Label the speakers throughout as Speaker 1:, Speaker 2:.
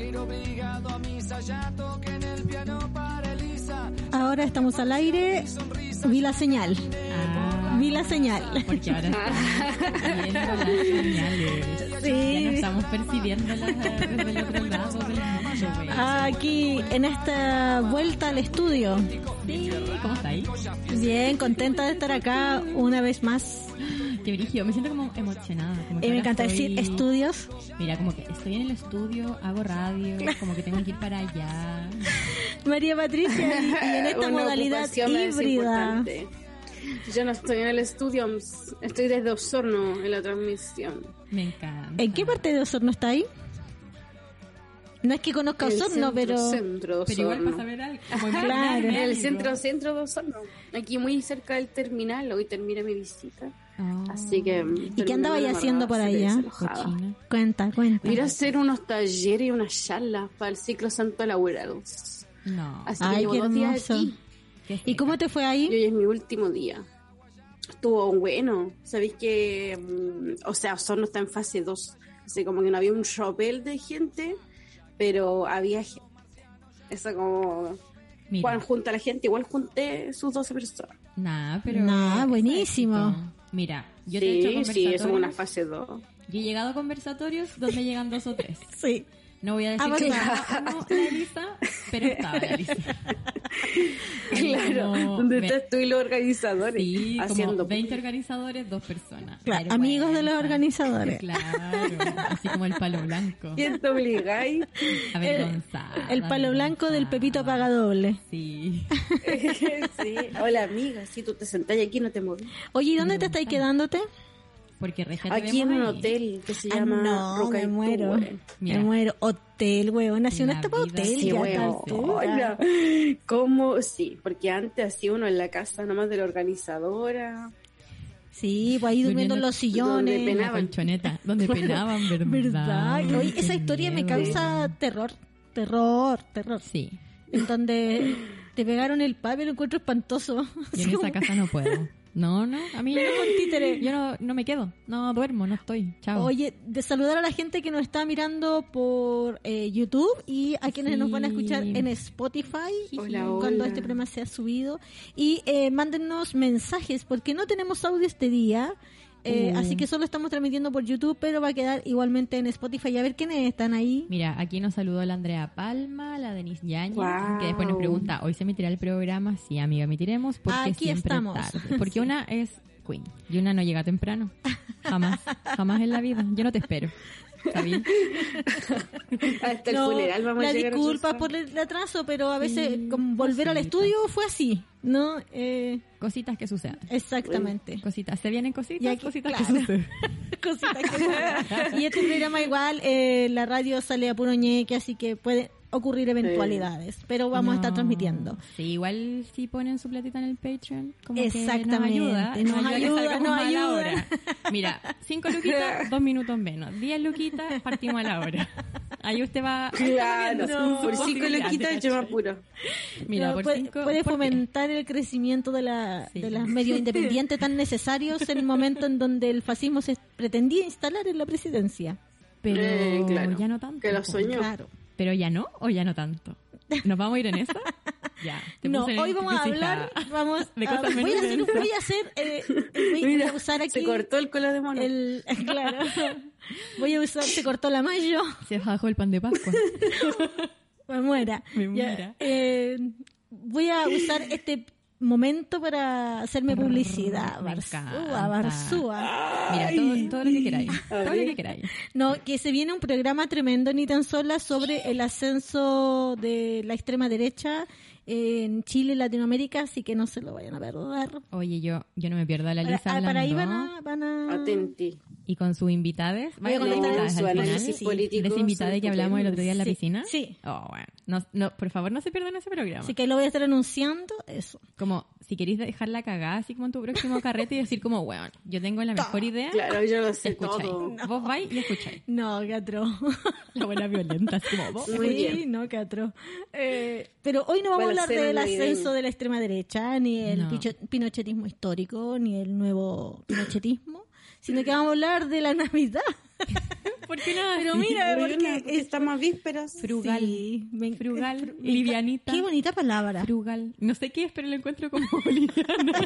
Speaker 1: ir obligado a misa, ya toquen el piano para Elisa.
Speaker 2: Ahora estamos al aire. Vi la señal.
Speaker 3: Ah,
Speaker 2: Vi la señal.
Speaker 3: porque ahora estamos viendo las señales. Ya no
Speaker 2: Sí.
Speaker 3: estamos percibiéndolas desde el otro lado del mundo, güey.
Speaker 2: Ah, Aquí en esta vuelta al estudio.
Speaker 3: Sí, ¿cómo está ahí?
Speaker 2: Bien, contenta de estar acá una vez más.
Speaker 3: Qué brillo, me siento como emocionada. como que
Speaker 2: Y Eh, me
Speaker 3: ahora
Speaker 2: encanta
Speaker 3: estoy-
Speaker 2: decir estudios.
Speaker 3: Mira, como que estoy en el estudio, hago radio, como que tengo que ir para allá.
Speaker 2: María Patricia, y y en esta
Speaker 4: Una
Speaker 2: modalidad
Speaker 4: ocupación es
Speaker 2: híbrida.
Speaker 4: importante. Yo no estoy en el estudio, estoy desde Osorno en la transmisión.
Speaker 3: Me encanta.
Speaker 2: ¿En qué parte de Osorno está ahí? No es que conozca
Speaker 4: El
Speaker 2: Osorno,
Speaker 4: centro,
Speaker 2: pero
Speaker 4: Centro de
Speaker 3: Pero igual
Speaker 4: Osorno.
Speaker 3: para saber algo. como
Speaker 2: Claro.
Speaker 3: imaginarme
Speaker 4: el
Speaker 3: algo.
Speaker 4: centro, centro de Osorno. Aquí muy cerca del terminal, hoy termina mi visita.
Speaker 3: Ah,
Speaker 4: Así que...
Speaker 2: qué
Speaker 4: terminando
Speaker 2: andaba ya
Speaker 4: la
Speaker 2: haciendo
Speaker 4: barra,
Speaker 2: por
Speaker 4: seré
Speaker 2: allá?
Speaker 4: desalojada.
Speaker 3: cochina.
Speaker 2: cuenta, cuenta.
Speaker 4: Ir a hacer unos talleres y unas charlas para el ciclo Santo Laurels.
Speaker 3: No.
Speaker 4: Así
Speaker 2: Ay,
Speaker 4: que llevo
Speaker 2: qué
Speaker 4: dos días
Speaker 2: hermoso.
Speaker 4: aquí
Speaker 3: qué
Speaker 2: ¿Y cómo te fue
Speaker 4: y
Speaker 2: ahí?
Speaker 4: hoy es mi último día. Estuvo bueno. Sabéis que, mm, o sea, Osorno está en fase 2. Así como que no había un tropel de gente, pero había gente. Eso como...
Speaker 3: Mira.
Speaker 4: Juan junta a la gente, igual junté sus 12 personas.
Speaker 3: Nah, pero.
Speaker 2: Nah,
Speaker 3: es
Speaker 2: buenísimo.
Speaker 3: éxito. Mira, yo te he hecho
Speaker 4: sí, sí,
Speaker 3: conversatorios.
Speaker 4: eso es una fase 2.
Speaker 3: Yo he llegado a conversatorios donde llegan dos o tres.
Speaker 2: Sí.
Speaker 3: No voy a decir
Speaker 2: Ah, vale.
Speaker 3: que estaba no, la lista, pero estaba la lista.
Speaker 4: Claro,
Speaker 3: como
Speaker 4: donde
Speaker 3: ve-
Speaker 4: estás tú y los organizadores
Speaker 3: Sí,
Speaker 4: haciendo
Speaker 3: como 20 organizadores, dos personas.
Speaker 2: Claro,
Speaker 3: Vergüenza.
Speaker 2: amigos de los organizadores.
Speaker 3: Claro, así como el palo blanco.
Speaker 4: Y te obligáis.
Speaker 3: Avergonzada.
Speaker 2: El palo blanco del
Speaker 3: avergonzada.
Speaker 2: Pepito paga doble.
Speaker 3: Sí.
Speaker 4: sí. Hola amiga, si tú te sentás aquí no te mueves.
Speaker 2: Oye, ¿y dónde te estáis quedándote?
Speaker 3: Porque recién te
Speaker 4: Aquí en
Speaker 3: vemos
Speaker 4: un
Speaker 3: ahí.
Speaker 4: hotel que se
Speaker 2: Ah,
Speaker 4: llama
Speaker 2: no,
Speaker 4: Roca
Speaker 2: me
Speaker 4: y
Speaker 2: muero.
Speaker 4: Tour.
Speaker 3: Mira.
Speaker 2: Me muero. Hotel, weón. Nació
Speaker 3: La
Speaker 2: una etapa
Speaker 3: vida
Speaker 2: hotel.
Speaker 3: sí,
Speaker 4: Sí,
Speaker 2: ya
Speaker 4: bueno,
Speaker 2: está altura.
Speaker 4: ¿Cómo? Sí, porque antes hacía uno en la casa nomás de la organizadora.
Speaker 2: Sí, pues ahí durmiendo en
Speaker 3: Durmiendo-
Speaker 2: los
Speaker 4: donde
Speaker 2: sillones.
Speaker 4: pena-
Speaker 3: La colchoneta, donde penaban, ¿verdad?
Speaker 2: ¿Verdad? Oye, esa
Speaker 3: Qué
Speaker 2: historia me
Speaker 3: miedo.
Speaker 2: causa terror. Terror, terror.
Speaker 3: Sí,
Speaker 2: En donde te pegaron el pavo y lo encuentro espantoso.
Speaker 3: yo en esa casa no puedo. No, no, a mí no títere. Yo no, no me quedo, no duermo, no estoy, chao.
Speaker 2: Oye, de saludar a la gente que nos está mirando por eh, YouTube y a quienes
Speaker 3: Sí.
Speaker 2: nos van a escuchar en Spotify
Speaker 4: Hola,
Speaker 2: cuando
Speaker 4: hola.
Speaker 2: este programa sea subido. Y eh, mándennos mensajes porque no tenemos audio este día. eh,
Speaker 3: Mm.
Speaker 2: Así que solo estamos transmitiendo por YouTube, pero va a quedar igualmente en Spotify. Y a ver quiénes están ahí.
Speaker 3: Mira, aquí nos saludó la Andrea Palma, la Denise Yañez,
Speaker 4: Guau.
Speaker 3: que después nos pregunta, ¿hoy se emitirá el programa? Sí, amiga, emitiremos porque
Speaker 2: Aquí
Speaker 3: siempre
Speaker 2: estamos.
Speaker 3: tarde. Porque una es queen y una no llega temprano. Jamás, jamás en la vida. Yo no te espero. ¿Está bien?
Speaker 4: Hasta
Speaker 2: No,
Speaker 4: el funeral vamos
Speaker 2: la
Speaker 4: a llegar
Speaker 2: disculpa
Speaker 4: nosotros.
Speaker 2: por el atraso, pero a veces
Speaker 3: Sí,
Speaker 2: con volver al
Speaker 3: cositas.
Speaker 2: estudio fue así, ¿no? Eh,
Speaker 3: Cositas que sucedan.
Speaker 2: exactamente.
Speaker 3: Cositas, se vienen cositas,
Speaker 2: Y aquí,
Speaker 3: cositas
Speaker 2: claro.
Speaker 3: que suceden.
Speaker 2: Cositas que pasan. y este programa igual, eh, la radio sale a puro ñeque, así que puede ocurrir eventualidades, pero vamos a estar
Speaker 3: No.
Speaker 2: transmitiendo.
Speaker 3: Sí, igual si ponen su platita en el Patreon, como
Speaker 2: Exactamente,
Speaker 3: que nos ayuda,
Speaker 2: nos ayuda,
Speaker 3: que salgamos
Speaker 2: nos
Speaker 3: a la
Speaker 2: ayuda.
Speaker 3: hora. Mira, cinco luquitas, dos minutos menos. Diez luquitas, partimos a la hora. Ahí usted va...
Speaker 4: Claro,
Speaker 3: No.
Speaker 4: por cinco loquitas yo me apuro.
Speaker 3: Mira,
Speaker 2: Pero
Speaker 3: por
Speaker 2: puede,
Speaker 3: cinco...
Speaker 2: puede
Speaker 3: ¿por qué?
Speaker 2: fomentar el crecimiento de, la,
Speaker 3: Sí.
Speaker 2: de las medios independientes tan necesarios en el momento en donde el fascismo se pretendía instalar en la presidencia.
Speaker 3: Pero
Speaker 4: Eh, claro,
Speaker 3: ya no tanto.
Speaker 4: que lo
Speaker 3: po.
Speaker 4: soñó.
Speaker 2: Claro.
Speaker 3: Pero ya no o ya no tanto. ¿Nos vamos a ir en esa? Ya. te
Speaker 2: No,
Speaker 3: puse en
Speaker 2: hoy vamos a
Speaker 3: encrucijada.
Speaker 2: hablar, vamos
Speaker 3: De
Speaker 2: a-
Speaker 3: cosas
Speaker 2: voy, a
Speaker 3: menos
Speaker 2: hacer,
Speaker 3: densas.
Speaker 2: voy a hacer, eh, voy a
Speaker 4: Mira,
Speaker 2: usar aquí
Speaker 4: se cortó el color de mono.
Speaker 2: el, claro, voy a usar, se cortó la mayo.
Speaker 3: Se bajó el pan de Pascua.
Speaker 2: Me muera.
Speaker 3: Me
Speaker 2: Ya,
Speaker 3: muera.
Speaker 2: eh, voy a usar este momento para hacerme publicidad.
Speaker 3: Me
Speaker 2: Barzúa,
Speaker 3: encanta.
Speaker 2: Barzúa.
Speaker 3: Mira, todo, todo lo que queráis.
Speaker 4: A
Speaker 3: Todo lo
Speaker 4: ver.
Speaker 3: que queráis.
Speaker 2: No, que se viene un programa tremendo, ni tan sola, sobre el ascenso de la extrema derecha en Chile y Latinoamérica, así que no se lo vayan a perder.
Speaker 3: Oye, yo, yo no me pierdo a la
Speaker 2: Para,
Speaker 3: Lisa
Speaker 2: ah, para ahí van
Speaker 3: hablando.
Speaker 2: a... Van a...
Speaker 4: Atenti.
Speaker 3: y con sus invitades.
Speaker 2: Voy a
Speaker 3: Vaya con
Speaker 2: contar
Speaker 3: invitadas
Speaker 2: su
Speaker 3: al final.
Speaker 2: análisis
Speaker 4: político,
Speaker 3: De esa invitada
Speaker 4: soy
Speaker 3: que hablamos el otro día en la
Speaker 2: Sí,
Speaker 3: piscina.
Speaker 2: sí.
Speaker 3: Oh, bueno. No, no, por favor, no se pierdan ese programa.
Speaker 2: Así que ahí lo voy a estar anunciando, eso.
Speaker 3: Como, si queréis dejar la cagada así como en tu próximo carrete y decir como, bueno, yo tengo la mejor idea,
Speaker 4: Claro, yo lo sé
Speaker 3: escucháis.
Speaker 4: todo.
Speaker 3: Vos vais y escucháis.
Speaker 2: No, Gatro.
Speaker 3: La buena violenta, así como vos.
Speaker 4: Muy
Speaker 2: sí,
Speaker 4: bien.
Speaker 2: no, Catro. Eh, pero hoy no vamos a hablar
Speaker 4: Balacero
Speaker 2: del
Speaker 4: navideño.
Speaker 2: ascenso de la extrema derecha, ni el
Speaker 3: No.
Speaker 2: picho- pinochetismo histórico, ni el nuevo pinochetismo, sino que vamos a hablar de la Navidad.
Speaker 3: ¿Por qué nada?
Speaker 2: Pero mira,
Speaker 4: Weona,
Speaker 2: porque
Speaker 4: porque estamos a vísperas.
Speaker 3: Frugal.
Speaker 2: Sí, me enc-
Speaker 3: Frugal,
Speaker 2: fru- me
Speaker 3: livianita.
Speaker 2: enc- Qué bonita palabra.
Speaker 3: Frugal. No sé qué es, pero lo encuentro como boliviana.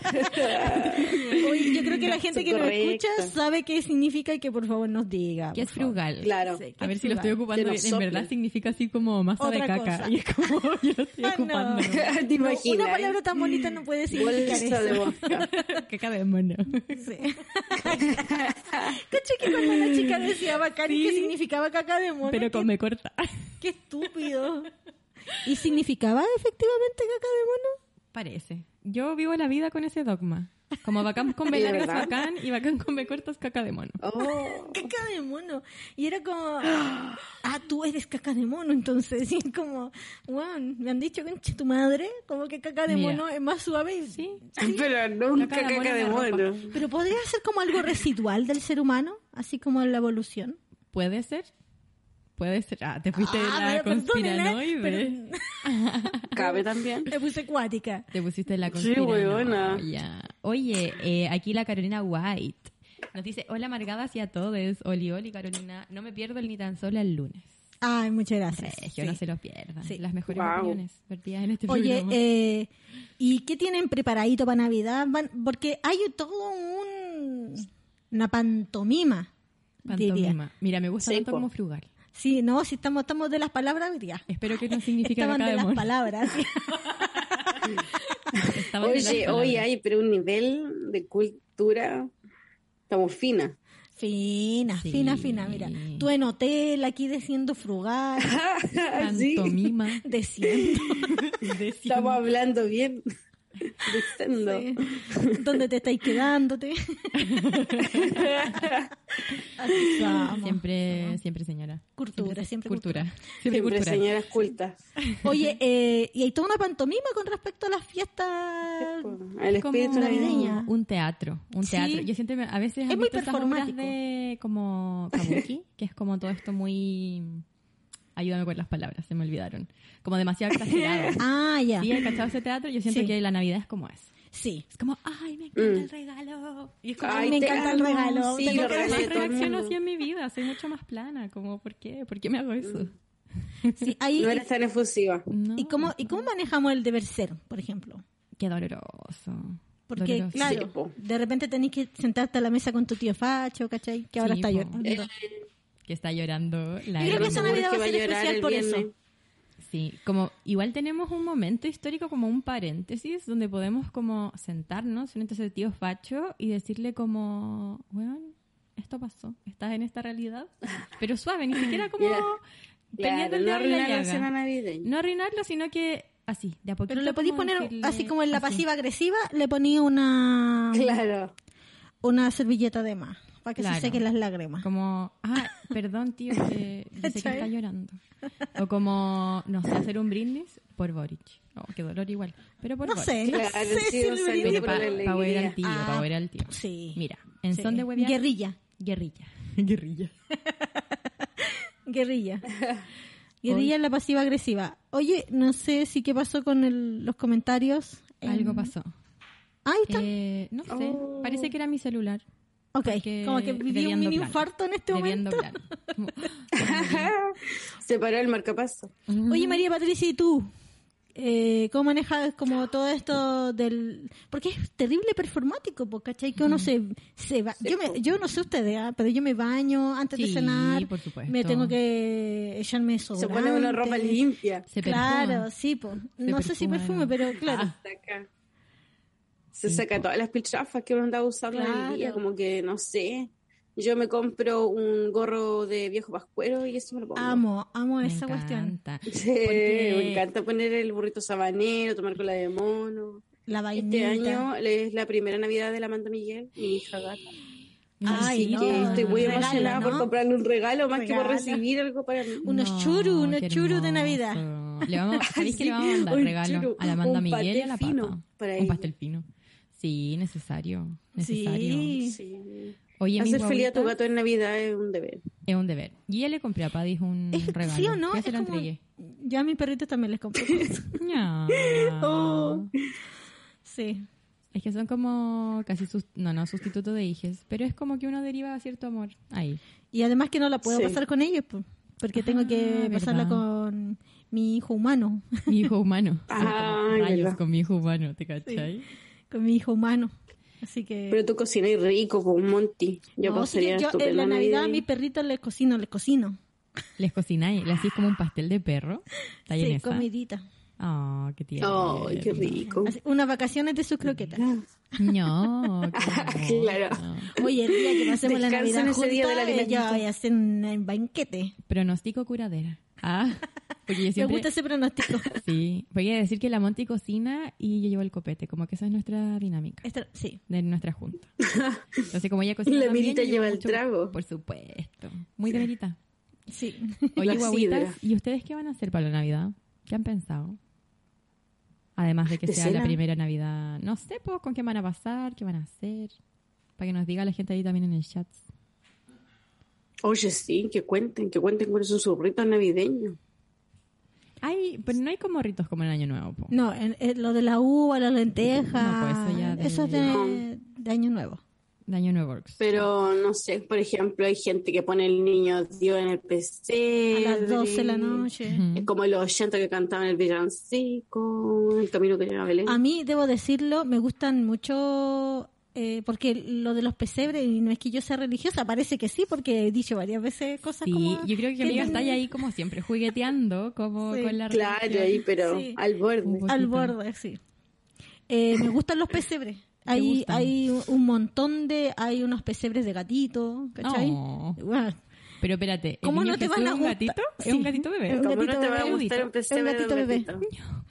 Speaker 2: Oye, yo creo que la gente que nos
Speaker 4: Correcto.
Speaker 2: escucha sabe qué significa y que por favor nos diga.
Speaker 3: ¿Qué es
Speaker 2: por favor.
Speaker 3: frugal?
Speaker 4: Claro.
Speaker 2: Sí.
Speaker 3: A ver si lo estoy
Speaker 4: Que
Speaker 3: ocupando
Speaker 4: nos
Speaker 3: bien. En verdad
Speaker 4: soplen.
Speaker 3: significa así como masa
Speaker 2: Otra
Speaker 3: de caca.
Speaker 2: cosa.
Speaker 3: Y es como, yo lo estoy
Speaker 2: Ah, no.
Speaker 3: ocupando.
Speaker 4: ¿Te
Speaker 2: No,
Speaker 4: imaginas?
Speaker 2: una palabra tan bonita no puede significar
Speaker 4: Bolsa
Speaker 2: eso.
Speaker 4: de vodka.
Speaker 3: caca de mono.
Speaker 2: Sí. Caché que cuando la chica decía bacán y que significaba caca de mono,
Speaker 3: Pero
Speaker 2: qué,
Speaker 3: come corta.
Speaker 2: qué estúpido. ¿Y significaba efectivamente caca de mono?
Speaker 3: Parece. Yo vivo la vida con ese dogma. Como bacán con B
Speaker 4: ¿De
Speaker 3: larga es
Speaker 4: verdad?
Speaker 3: bacán y bacán con B corta es caca de mono.
Speaker 4: Oh.
Speaker 2: Caca de mono. Y era como, ah, tú eres caca de mono, entonces. Y es como, wow, me han dicho, conche tu madre, como que caca de
Speaker 3: Mira.
Speaker 2: mono es más suave. y-
Speaker 3: Sí.
Speaker 4: Pero nunca
Speaker 3: Caca de
Speaker 4: caca de
Speaker 3: mono en la
Speaker 4: mono.
Speaker 2: Pero podría ser como algo residual del ser humano, así como la evolución.
Speaker 3: Puede ser. Puede ser. Ah, te fuiste
Speaker 2: Ah,
Speaker 3: la
Speaker 2: pero perdónenla,
Speaker 3: conspiranoide.
Speaker 2: pero-
Speaker 4: Cabe también.
Speaker 2: Me puse acuática.
Speaker 3: Te pusiste la
Speaker 4: Sí,
Speaker 3: conspiranoia.
Speaker 4: huevona.
Speaker 3: Oye, eh, aquí la Carolina White nos dice, hola amargadas y a todos, oli oli Carolina, no me pierdo el ni tan solo el lunes.
Speaker 2: Ay, muchas gracias.
Speaker 3: Regio,
Speaker 2: Sí.
Speaker 3: no se los pierdan.
Speaker 2: Sí.
Speaker 3: Las mejores
Speaker 4: Wow.
Speaker 3: opiniones vertidas en este
Speaker 2: Oye,
Speaker 3: programa.
Speaker 2: eh, ¿y qué tienen preparadito para Navidad? Van- porque hay todo un, una pantomima, diría.
Speaker 3: Pantomima. Mira, me gusta
Speaker 4: Sí,
Speaker 3: tanto
Speaker 4: po.
Speaker 3: como frugal.
Speaker 2: Sí, no, si estamos, estamos de las palabras hoy día.
Speaker 3: Espero que no signifique
Speaker 2: Estaban
Speaker 3: caca
Speaker 2: de
Speaker 3: de
Speaker 2: las
Speaker 3: mono.
Speaker 2: palabras. sí.
Speaker 3: Estaban de las
Speaker 4: Oye,
Speaker 3: palabras.
Speaker 4: hoy hay pero un nivel de cultura. Estamos finas.
Speaker 2: Fina,
Speaker 3: Sí.
Speaker 2: fina, fina, mira. Tú en hotel, aquí diciendo frugal,
Speaker 4: ah, Sí.
Speaker 3: Pantomima.
Speaker 2: diciendo.
Speaker 3: de
Speaker 4: Estamos hablando bien. Diciendo.
Speaker 2: Sí. ¿Dónde te estáis quedándote? Así somos.
Speaker 3: Siempre, siempre señora.
Speaker 2: Cultura, siempre
Speaker 3: cultura. Siempre
Speaker 4: Siempre
Speaker 3: cultura.
Speaker 4: señoras cultas.
Speaker 2: Oye, eh, y hay toda una pantomima con respecto a las fiestas.
Speaker 4: El
Speaker 3: Es como
Speaker 4: espíritu navideño.
Speaker 2: navideña.
Speaker 3: Un teatro, un
Speaker 2: Sí.
Speaker 3: teatro. Yo siento que a veces
Speaker 2: Es
Speaker 3: han
Speaker 2: muy
Speaker 3: visto esas obras
Speaker 2: performático.
Speaker 3: de como kabuki, que es como todo esto muy ayúdame con las palabras, se me olvidaron. Como demasiado exagerado.
Speaker 2: Ah, ya.
Speaker 3: Sí, he cachado ese teatro, yo siento
Speaker 2: Sí.
Speaker 3: que la Navidad es como eso.
Speaker 2: Sí.
Speaker 3: Es como, ay, me encanta
Speaker 4: Mm.
Speaker 3: el regalo. Y es como,
Speaker 2: Ay, me
Speaker 3: me
Speaker 4: te
Speaker 2: encanta el
Speaker 4: amo.
Speaker 2: regalo.
Speaker 4: Sí,
Speaker 2: Tengo
Speaker 4: yo
Speaker 2: que
Speaker 4: regalé
Speaker 2: decir
Speaker 4: a todo el
Speaker 3: reacciono
Speaker 4: mundo.
Speaker 3: así en mi vida, soy mucho más plana, como, ¿por qué? ¿Por qué me hago eso?
Speaker 2: Sí, ahí-
Speaker 4: No eres tan efusiva.
Speaker 3: No,
Speaker 2: ¿Y cómo, ¿Y cómo manejamos el deber ser, por ejemplo?
Speaker 3: qué doloroso.
Speaker 2: Porque,
Speaker 3: Doloroso.
Speaker 4: Sí,
Speaker 2: claro,
Speaker 4: po.
Speaker 2: de repente tenés que sentarte a la mesa con tu tío Facho, ¿cachai? Que ahora
Speaker 3: Sí,
Speaker 2: está
Speaker 3: po.
Speaker 2: llorando.
Speaker 3: Eh, Que está llorando la
Speaker 2: Yo creo que
Speaker 4: Lo
Speaker 2: esa
Speaker 4: mejor
Speaker 2: Navidad
Speaker 4: que
Speaker 2: va a ser
Speaker 4: llorar
Speaker 2: especial
Speaker 4: el
Speaker 2: por eso.
Speaker 4: viernes.
Speaker 3: Sí, como igual tenemos un momento histórico como un paréntesis donde podemos como sentarnos frente a ese tío facho y decirle como, weón, esto pasó, estás en esta realidad, pero suave, ni siquiera como
Speaker 4: Ya.
Speaker 3: teniendo el dedo
Speaker 4: Claro, no
Speaker 3: en la
Speaker 4: arruinar la
Speaker 3: llaga.
Speaker 4: cena navideña.
Speaker 3: No arruinarlo, sino que así, de a poquito.
Speaker 2: Pero le podéis
Speaker 3: como
Speaker 2: poner,
Speaker 3: decirle
Speaker 2: así como en la
Speaker 3: así.
Speaker 2: pasiva agresiva, le ponía una,
Speaker 4: Claro.
Speaker 2: una servilleta de más, para que
Speaker 3: Claro.
Speaker 2: se sequen las lágrimas.
Speaker 3: Como, ah, perdón tío, que yo sé que está llorando. O como, no sé, hacer un brindis por Boric. Oh, qué dolor igual, pero por
Speaker 2: No
Speaker 3: Boric.
Speaker 2: sé, no
Speaker 4: Claro,
Speaker 2: sé
Speaker 4: sí,
Speaker 2: si
Speaker 4: o
Speaker 2: el
Speaker 4: sea,
Speaker 2: brillo-
Speaker 3: Pero
Speaker 4: Por la
Speaker 3: para
Speaker 4: alegría.
Speaker 3: huear al tío,
Speaker 2: Ah,
Speaker 3: para huear al tío.
Speaker 2: Sí.
Speaker 3: Mira, en
Speaker 2: Sí.
Speaker 3: son de huevear,
Speaker 2: Guerrilla,
Speaker 3: guerrilla. Guerrilla.
Speaker 2: guerrilla. Guerrilla en la pasiva agresiva. Oye, no sé si qué pasó con el- los comentarios.
Speaker 3: Algo
Speaker 2: En- Ah,
Speaker 3: pasó.
Speaker 2: Ahí está.
Speaker 3: Eh, no sé,
Speaker 4: Oh.
Speaker 3: parece que era mi celular.
Speaker 2: ok,
Speaker 3: porque
Speaker 2: como que viví un
Speaker 3: debiendo
Speaker 2: mini
Speaker 3: plan.
Speaker 2: infarto en este momento.
Speaker 3: Debiendo plan. Como,
Speaker 4: Se paró el marcapaso.
Speaker 2: Oye, María Patricia, ¿y tú? Eh, ¿Cómo manejas como todo esto del...? Porque es terrible performático, po, ¿cachai? Que uno se, se va... Yo, me- yo no sé ustedes, ¿ah? pero yo me baño antes de
Speaker 3: Sí,
Speaker 2: cenar.
Speaker 3: por supuesto.
Speaker 2: Me tengo que echarme
Speaker 4: Se
Speaker 2: desodorante.
Speaker 4: pone una ropa limpia.
Speaker 3: se perfuma.
Speaker 2: Claro, sí, po.
Speaker 3: Se
Speaker 2: No sé si
Speaker 3: perfuma,
Speaker 2: perfume,
Speaker 3: ¿no? Ah.
Speaker 2: pero claro.
Speaker 4: Saca. Se saca todas las piltrafas que uno andaba usando en el día,
Speaker 2: Claro.
Speaker 4: como que no sé. Yo me compro un gorro de viejo pascuero y eso me lo pongo.
Speaker 2: Amo, amo
Speaker 3: Me
Speaker 2: esa cuestión.
Speaker 3: encanta.
Speaker 4: Sí,
Speaker 3: Porque-
Speaker 4: me encanta poner el burrito sabanero, tomar cola de mono.
Speaker 2: La
Speaker 4: Este
Speaker 2: vainita.
Speaker 4: año es la primera Navidad de la Manta Miguel, mi hija gata.
Speaker 2: Ay,
Speaker 4: Así
Speaker 2: no,
Speaker 4: que estoy muy
Speaker 2: regalo,
Speaker 4: emocionada
Speaker 2: ¿no?
Speaker 4: por comprarle un regalo más que por
Speaker 2: Regalo.
Speaker 4: recibir algo para mí.
Speaker 2: Unos
Speaker 3: No,
Speaker 2: churu, unos
Speaker 3: qué
Speaker 2: churu de Navidad.
Speaker 3: hermoso. Le vamos, ¿Sabéis que le vamos a
Speaker 4: Sí,
Speaker 3: mandar
Speaker 4: un
Speaker 3: regalo
Speaker 4: churu,
Speaker 3: a la Amanda
Speaker 4: un
Speaker 3: Miguel y
Speaker 4: pastel
Speaker 3: a la
Speaker 4: fino
Speaker 3: papa?
Speaker 4: para
Speaker 3: un
Speaker 4: ella.
Speaker 3: pastel fino. Sí, necesario. Necesario.
Speaker 2: Sí.
Speaker 4: Sí.
Speaker 3: Oye, mis
Speaker 4: Hacer feliz a tu
Speaker 3: guaguitas
Speaker 4: gato en Navidad es un deber.
Speaker 3: es un deber. Y ya le compré a Paddy un
Speaker 2: Es-
Speaker 3: Mm, regalo.
Speaker 2: ¿Sí o no?
Speaker 3: Ya
Speaker 2: Es
Speaker 3: se lo
Speaker 2: como-
Speaker 3: entregué.
Speaker 2: Yo Oh. a mis perritos también les compro. cosas.
Speaker 3: Ya.
Speaker 4: Oh.
Speaker 2: sí.
Speaker 3: Es que son como casi, sus- no, no, sustituto de hijes, pero es como que uno deriva cierto amor ahí.
Speaker 2: Y además que no la puedo
Speaker 4: Sí.
Speaker 2: pasar con ellos, po, porque tengo
Speaker 3: Ah,
Speaker 2: que pasarla
Speaker 3: verdad.
Speaker 2: con mi hijo humano,
Speaker 3: Mi hijo humano.
Speaker 4: Ah,
Speaker 3: Son como rayos
Speaker 4: verdad.
Speaker 3: con mi hijo humano, ¿te cachai?
Speaker 2: con mi hijo humano. Así que...
Speaker 4: Pero tú cocinas rico con Monty. Yo
Speaker 2: No, sí que
Speaker 4: pasaría
Speaker 2: yo en
Speaker 4: estupendo
Speaker 2: la Navidad a
Speaker 4: ahí.
Speaker 2: mis perritos les cocino, les cocino.
Speaker 3: Les cocináis, le hacís como un pastel de perro. ¿Está ahí en
Speaker 2: Sí,
Speaker 3: esa?
Speaker 2: comidita.
Speaker 3: Oh, qué tierno.
Speaker 4: Ay, qué rico.
Speaker 2: Así, unas vacaciones de sus croquetas.
Speaker 3: No, qué
Speaker 4: Claro.
Speaker 3: no.
Speaker 2: Oye, el día que pasemos la
Speaker 4: Descansen
Speaker 2: Navidad
Speaker 4: ese día
Speaker 2: juntas,
Speaker 4: del
Speaker 2: eh, yo voy a hacer un eh, banquete.
Speaker 3: Pronóstico curadera. Ah, porque yo
Speaker 2: Me
Speaker 3: siempre...
Speaker 2: gusta ese pronóstico.
Speaker 3: Sí, voy a decir que la Monty cocina y yo llevo el copete, como que esa es nuestra dinámica
Speaker 2: Esta- sí.
Speaker 3: de nuestra junta. Entonces, como ella cocina
Speaker 4: Y la
Speaker 3: también,
Speaker 4: Mirita
Speaker 3: yo
Speaker 4: lleva el
Speaker 3: mucho-
Speaker 4: trago.
Speaker 3: Por supuesto. Muy de Mirita.
Speaker 2: Sí.
Speaker 3: Oye,
Speaker 4: La
Speaker 3: guaguitas,
Speaker 4: sidra.
Speaker 3: ¿y ustedes qué van a hacer para la Navidad? ¿Qué han pensado? Además de que
Speaker 4: ¿De
Speaker 3: sea la
Speaker 4: cena?
Speaker 3: primera Navidad, no sé, pues, con qué van a pasar, qué van a hacer, para que nos diga la gente ahí también en el chat.
Speaker 4: Oye, sí, que cuenten, que cuenten cuáles son sus ritos navideños.
Speaker 3: Ay, pero no hay como ritos como en el Año Nuevo, po.
Speaker 2: No, en- en lo de la uva, la lenteja.
Speaker 3: No, pues, eso ya de-
Speaker 2: eso es de, de Año Nuevo.
Speaker 3: De Año Nuevo Works.
Speaker 4: Pero no sé, por ejemplo, hay gente que pone el niño Dios en el PC.
Speaker 2: A las 12 de la noche.
Speaker 4: Es como los 80 que cantaban el villancico, el camino que lleva a Belén.
Speaker 2: A mí, debo decirlo, me gustan mucho. eh, porque lo de los pesebres, y no es que yo sea religiosa, parece que sí, porque he dicho varias veces cosas
Speaker 3: Sí,
Speaker 2: como.
Speaker 3: yo creo que amiga
Speaker 2: tan-
Speaker 3: está ahí como siempre jugueteando, como
Speaker 2: Sí.
Speaker 3: con la
Speaker 4: claro,
Speaker 3: religión.
Speaker 4: ahí, pero
Speaker 2: Sí.
Speaker 4: al borde.
Speaker 3: Un
Speaker 2: Al
Speaker 3: poquito.
Speaker 2: borde, sí. Eh, me gustan los pesebres. Hay,
Speaker 3: gustan?
Speaker 2: hay un montón de. Hay unos pesebres de gatito, ¿cachai?
Speaker 3: No.
Speaker 2: Bueno,
Speaker 3: Pero espérate, ¿el
Speaker 2: ¿Cómo
Speaker 3: niño
Speaker 2: no te van a
Speaker 3: Jesús es un
Speaker 2: gustar?
Speaker 3: gatito?
Speaker 2: Sí.
Speaker 3: Es un gatito bebé.
Speaker 2: Un
Speaker 4: ¿Cómo no
Speaker 2: gatito
Speaker 4: te va a
Speaker 2: bebé.
Speaker 4: gustar un PC
Speaker 2: Un gatito bebé.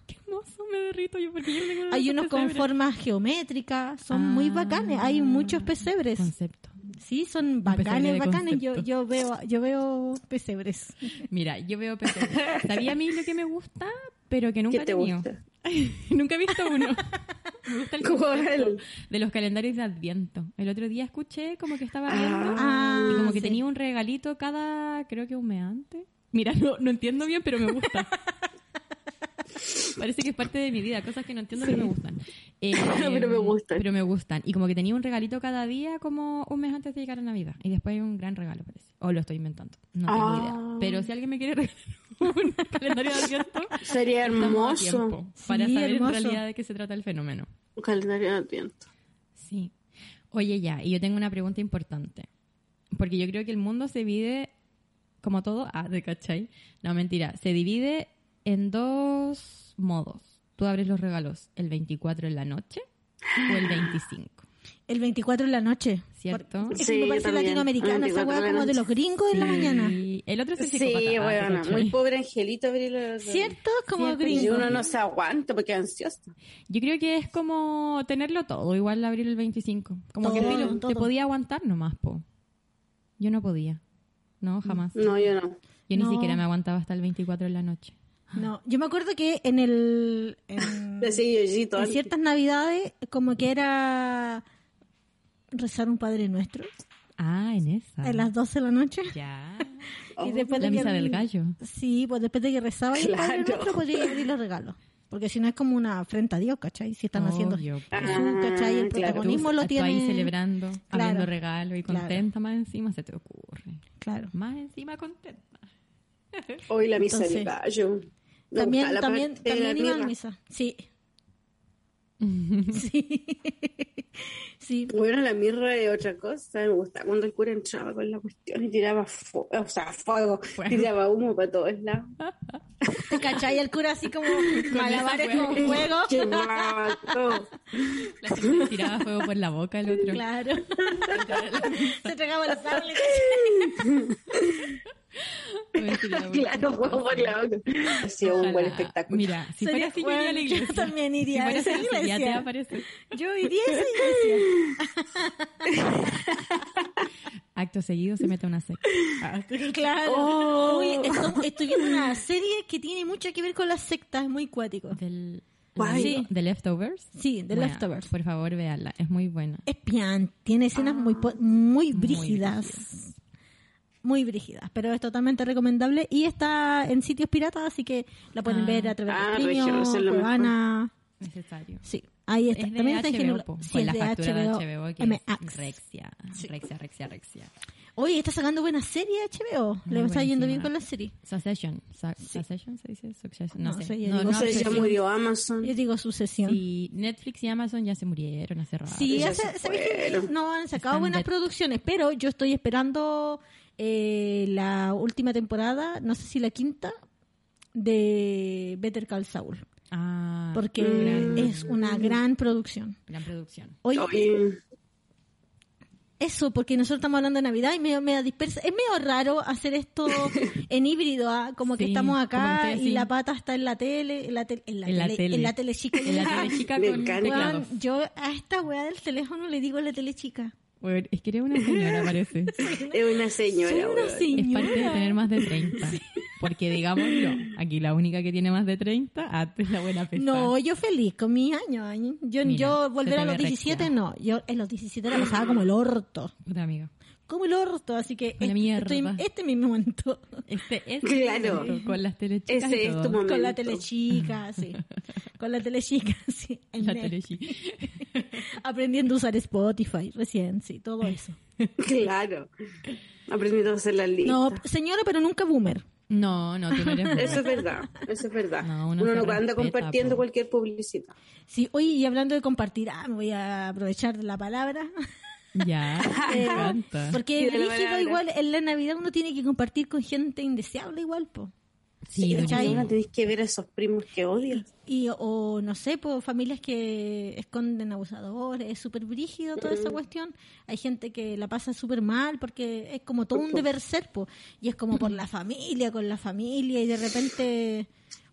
Speaker 3: Qué hermoso, me derrito yo porque yo tengo una
Speaker 2: hay
Speaker 3: cosa
Speaker 2: unos con
Speaker 3: pesebre.
Speaker 2: formas geométricas, son
Speaker 3: Ah.
Speaker 2: muy bacanes. Hay muchos pesebres.
Speaker 3: Concepto.
Speaker 2: Sí, son
Speaker 3: pesebre
Speaker 2: bacanes,
Speaker 3: de
Speaker 2: bacanes. Yo,
Speaker 3: concepto.
Speaker 2: yo, veo, yo veo pesebres.
Speaker 3: Mira, yo veo pesebre. Sabía a mí lo que me gusta, pero que
Speaker 4: ¿Qué
Speaker 3: nunca he
Speaker 4: te
Speaker 3: tenido.
Speaker 4: gusta?
Speaker 3: nunca he visto uno. Me gusta el
Speaker 4: Como
Speaker 3: concepto
Speaker 4: el-
Speaker 3: de los calendarios de Adviento. El otro día escuché como que estaba viendo
Speaker 2: Ah,
Speaker 3: y como que
Speaker 2: sí.
Speaker 3: tenía un regalito cada, creo que humeante. Mira, no, no entiendo bien, pero me gusta. Parece que es parte de mi vida, cosas que no entiendo pero me gustan. Eh,
Speaker 4: Pero me gustan.
Speaker 3: Pero me gustan. Y como que tenía un regalito cada día como un mes antes de llegar a Navidad. Y después hay un gran regalo, parece. O lo estoy inventando. No tengo
Speaker 4: Ah.
Speaker 3: idea. Pero si alguien me quiere regalar un calendario de Adviento,
Speaker 4: Sería
Speaker 3: estamos a
Speaker 4: hermoso.
Speaker 3: tiempo Para
Speaker 2: Sí,
Speaker 3: saber
Speaker 2: hermoso.
Speaker 3: en realidad de qué se trata el fenómeno.
Speaker 4: Un calendario de adviento.
Speaker 3: Sí. Oye, ya, y yo tengo una pregunta importante. Porque yo creo que el mundo se divide, como todo, ah, de cachai. No, mentira. Se divide en dos modos. Tú abres los regalos el 24 en la noche o el 25.
Speaker 2: El 24 de la noche.
Speaker 3: ¿Cierto?
Speaker 2: Por- Es
Speaker 4: Sí,
Speaker 2: que me
Speaker 4: yo
Speaker 2: parece
Speaker 4: también.
Speaker 2: latinoamericana esa
Speaker 4: 24 de
Speaker 2: hueá
Speaker 4: la
Speaker 2: como de
Speaker 4: noche.
Speaker 2: los gringos en la
Speaker 3: Sí.
Speaker 2: mañana.
Speaker 3: El otro es el
Speaker 4: Sí,
Speaker 3: psicópata. Ah, te
Speaker 4: bueno,
Speaker 3: cachai.
Speaker 4: muy pobre angelito abrirlo. de-
Speaker 2: ¿Cierto? Como
Speaker 3: Cierto.
Speaker 4: Y
Speaker 2: gringo.
Speaker 4: uno no se aguanta porque es ansioso.
Speaker 3: Yo creo que es como tenerlo todo, igual abrir el 25. Como que
Speaker 2: Todo,
Speaker 3: filo,
Speaker 2: todo.
Speaker 3: te podía aguantar nomás, po. Yo no podía. No, jamás.
Speaker 4: No, yo no.
Speaker 3: Yo ni
Speaker 2: No.
Speaker 3: siquiera me aguantaba hasta el 24 en la noche.
Speaker 2: No, yo me acuerdo que en el. en-
Speaker 4: Le sigue yoyito
Speaker 2: en
Speaker 4: antes.
Speaker 2: ciertas navidades como que era rezar un Padre Nuestro
Speaker 3: Ah, en esa.
Speaker 2: a las 12 de la noche
Speaker 3: Ya.
Speaker 4: Oh.
Speaker 2: y después
Speaker 3: La
Speaker 2: de que-
Speaker 3: misa del gallo.
Speaker 2: Sí, pues después de que rezaba el Padre
Speaker 4: Claro.
Speaker 2: Nuestro pues podía abrir los regalos. Porque si no es como una afrenta a Dios, ¿cachai? Si están haciendo
Speaker 3: Obvio,
Speaker 2: Jesús,
Speaker 3: pues.
Speaker 2: ¿cachai? El
Speaker 4: Ah, claro.
Speaker 3: Tú,
Speaker 2: protagonismo lo
Speaker 3: tú
Speaker 2: tiene...
Speaker 3: ahí celebrando,
Speaker 2: Claro.
Speaker 3: abriendo regalo y
Speaker 2: Claro.
Speaker 3: contenta más encima se te ocurre.
Speaker 2: Claro.
Speaker 3: Más encima contenta.
Speaker 4: Hoy la misa
Speaker 2: Entonces,
Speaker 4: del gallo. Me
Speaker 2: También,
Speaker 4: gusta la
Speaker 2: también,
Speaker 4: parte de la
Speaker 2: también iba a
Speaker 4: tierra.
Speaker 2: misa. Sí. sí. sí.
Speaker 4: Bueno, la mirra es otra cosa. Me gustaba cuando el cura entraba con la cuestión y tiraba fuego, o sea, fuego,
Speaker 3: Fuego.
Speaker 4: tiraba humo para todos lados.
Speaker 2: Ah, ¿Te cachai? El cura así como
Speaker 3: esa
Speaker 2: malabares
Speaker 3: hueá.
Speaker 2: con fuego.
Speaker 4: Quemaba todo.
Speaker 3: La gente le tiraba fuego por la boca al otro.
Speaker 2: Claro. Se tragaba los árboles.
Speaker 3: Le tiraba-
Speaker 4: Claro, fuego por la boca. Ha sido un buen
Speaker 3: Ojalá.
Speaker 4: espectáculo.
Speaker 3: Mira, si fuera
Speaker 2: Sería-
Speaker 3: así, yo iría a la
Speaker 2: bueno, yo
Speaker 3: iglesia.
Speaker 2: también iría
Speaker 3: Si
Speaker 2: a
Speaker 3: fuera
Speaker 2: esa
Speaker 3: así, ya te
Speaker 2: iglesia.
Speaker 3: va a parecer.
Speaker 2: Yo iría a esa iglesia.
Speaker 3: Acto seguido se mete una secta.
Speaker 2: Ah. Claro.
Speaker 4: Oh.
Speaker 2: Oye, esto- estoy viendo una serie que tiene mucho que ver con las sectas, es muy cuático.
Speaker 3: Del,
Speaker 4: Guay.
Speaker 3: sí, de Leftovers.
Speaker 2: Sí, The
Speaker 3: Buena,
Speaker 2: Leftovers.
Speaker 3: Por favor, véanla. Es muy buena.
Speaker 2: Es pian, tiene escenas muy,
Speaker 3: Ah,
Speaker 2: po- muy brígidas. Muy brígidas, pero es totalmente recomendable y está en sitios piratas, así que la pueden
Speaker 3: Ah.
Speaker 2: ver a través
Speaker 4: Ah,
Speaker 2: de Premium,
Speaker 4: regio, eso es lo
Speaker 2: Cuevana.
Speaker 3: necesario.
Speaker 2: Sí, ahí está.
Speaker 3: Es de
Speaker 2: También está en
Speaker 3: HBO,
Speaker 2: general-
Speaker 3: po,
Speaker 2: sí,
Speaker 3: pues, con
Speaker 2: es
Speaker 3: la
Speaker 2: de
Speaker 3: factura de
Speaker 2: HBO,
Speaker 3: HBO que
Speaker 2: MX.
Speaker 3: es Rexia, Rexia, Rexia, Rexia.
Speaker 2: Oye, está sacando buena serie HBO. Le está yendo
Speaker 3: buenísima.
Speaker 2: bien con la serie.
Speaker 3: Succession, Su- Succession se dice, Succession, no,
Speaker 2: No
Speaker 3: sé.
Speaker 2: sé, yo
Speaker 3: no,
Speaker 2: digo
Speaker 3: no sé
Speaker 4: se ya
Speaker 2: Succession.
Speaker 3: si-
Speaker 4: murió Amazon.
Speaker 2: Yo digo sucesión. Sí,
Speaker 3: si Netflix y Amazon ya se murieron hace rato.
Speaker 4: ya
Speaker 2: hace-
Speaker 4: se
Speaker 2: ¿sabes qué?
Speaker 4: fueron.
Speaker 2: no han sacado
Speaker 3: Están
Speaker 2: buenas
Speaker 3: de-
Speaker 2: producciones, pero yo estoy esperando eh, la última temporada, no sé si la quinta, de Better Call Saul,
Speaker 3: Ah,
Speaker 2: porque
Speaker 3: gran-
Speaker 2: es una gran producción.
Speaker 3: gran producción.
Speaker 2: Oye,
Speaker 4: Oye,
Speaker 2: Eso, porque nosotros estamos hablando de Navidad y medio, medio dispersa. Es medio raro hacer esto en híbrido, ¿ah? como que
Speaker 3: Sí,
Speaker 2: estamos
Speaker 3: como
Speaker 2: acá
Speaker 3: que
Speaker 2: y
Speaker 3: sí.
Speaker 2: la pata está en la tele, en la tele, en la,
Speaker 3: En la
Speaker 2: tele,
Speaker 3: tele.
Speaker 2: en la tele chica.
Speaker 3: En la tele chica
Speaker 4: Me
Speaker 3: con
Speaker 4: encanta.
Speaker 3: teclado.
Speaker 2: Weón, yo a esta weá del teléfono le digo la tele chica.
Speaker 3: Bueno, es que eres una señora, parece.
Speaker 4: es una
Speaker 2: Soy
Speaker 4: señora.
Speaker 2: una
Speaker 4: weón.
Speaker 3: Es
Speaker 2: señora.
Speaker 3: parte de tener más de 30. Porque, digámoslo, aquí la única que tiene más de 30, ah, es la buena pesada.
Speaker 2: No, yo feliz con mis años. año. Yo,
Speaker 3: Mira,
Speaker 2: yo
Speaker 3: se
Speaker 2: volver
Speaker 3: te
Speaker 2: a los
Speaker 3: ve
Speaker 2: 17,
Speaker 3: regia.
Speaker 2: no. Yo en los 17 la pasaba como el orto.
Speaker 3: Puta amiga.
Speaker 2: Como el orto, así que
Speaker 3: Una
Speaker 2: este,
Speaker 3: mierda.
Speaker 2: estoy- este es mi momento.
Speaker 3: Este es
Speaker 4: Claro.
Speaker 3: con las telechicas
Speaker 4: Ese
Speaker 3: y
Speaker 4: es
Speaker 3: todo.
Speaker 4: tu momento.
Speaker 2: Con la telechica, sí. Con la telechica, sí. En
Speaker 3: La
Speaker 2: Netflix.
Speaker 3: telechica.
Speaker 2: aprendiendo a usar Spotify recién, sí, todo eso.
Speaker 4: Claro. Aprendiendo a hacer la lista.
Speaker 2: No, señora, pero nunca boomer.
Speaker 3: No, no, tú no eres buena.
Speaker 4: Eso es verdad, eso es verdad.
Speaker 3: No, uno se
Speaker 4: uno no
Speaker 3: respeta,
Speaker 4: anda
Speaker 3: po.
Speaker 4: compartiendo cualquier publicidad.
Speaker 2: Sí, oye, y hablando de compartir, ah, me voy a aprovechar de la palabra.
Speaker 3: Ya, me
Speaker 2: Eh,
Speaker 3: encanta.
Speaker 2: porque
Speaker 4: Sí, de la
Speaker 2: brígido
Speaker 4: palabra.
Speaker 2: igual, en la Navidad uno tiene que compartir con gente indeseable igual, po.
Speaker 3: Sí,
Speaker 2: ¿cachai?
Speaker 3: durísimo.
Speaker 4: Ahora tenés que ver a esos primos que odias.
Speaker 2: Y, o no sé, po, familias que esconden abusadores, es súper brígido toda esa cuestión. Hay gente que la pasa súper mal porque es como todo un deber ser, po. Y es como por la familia, con la familia, y de repente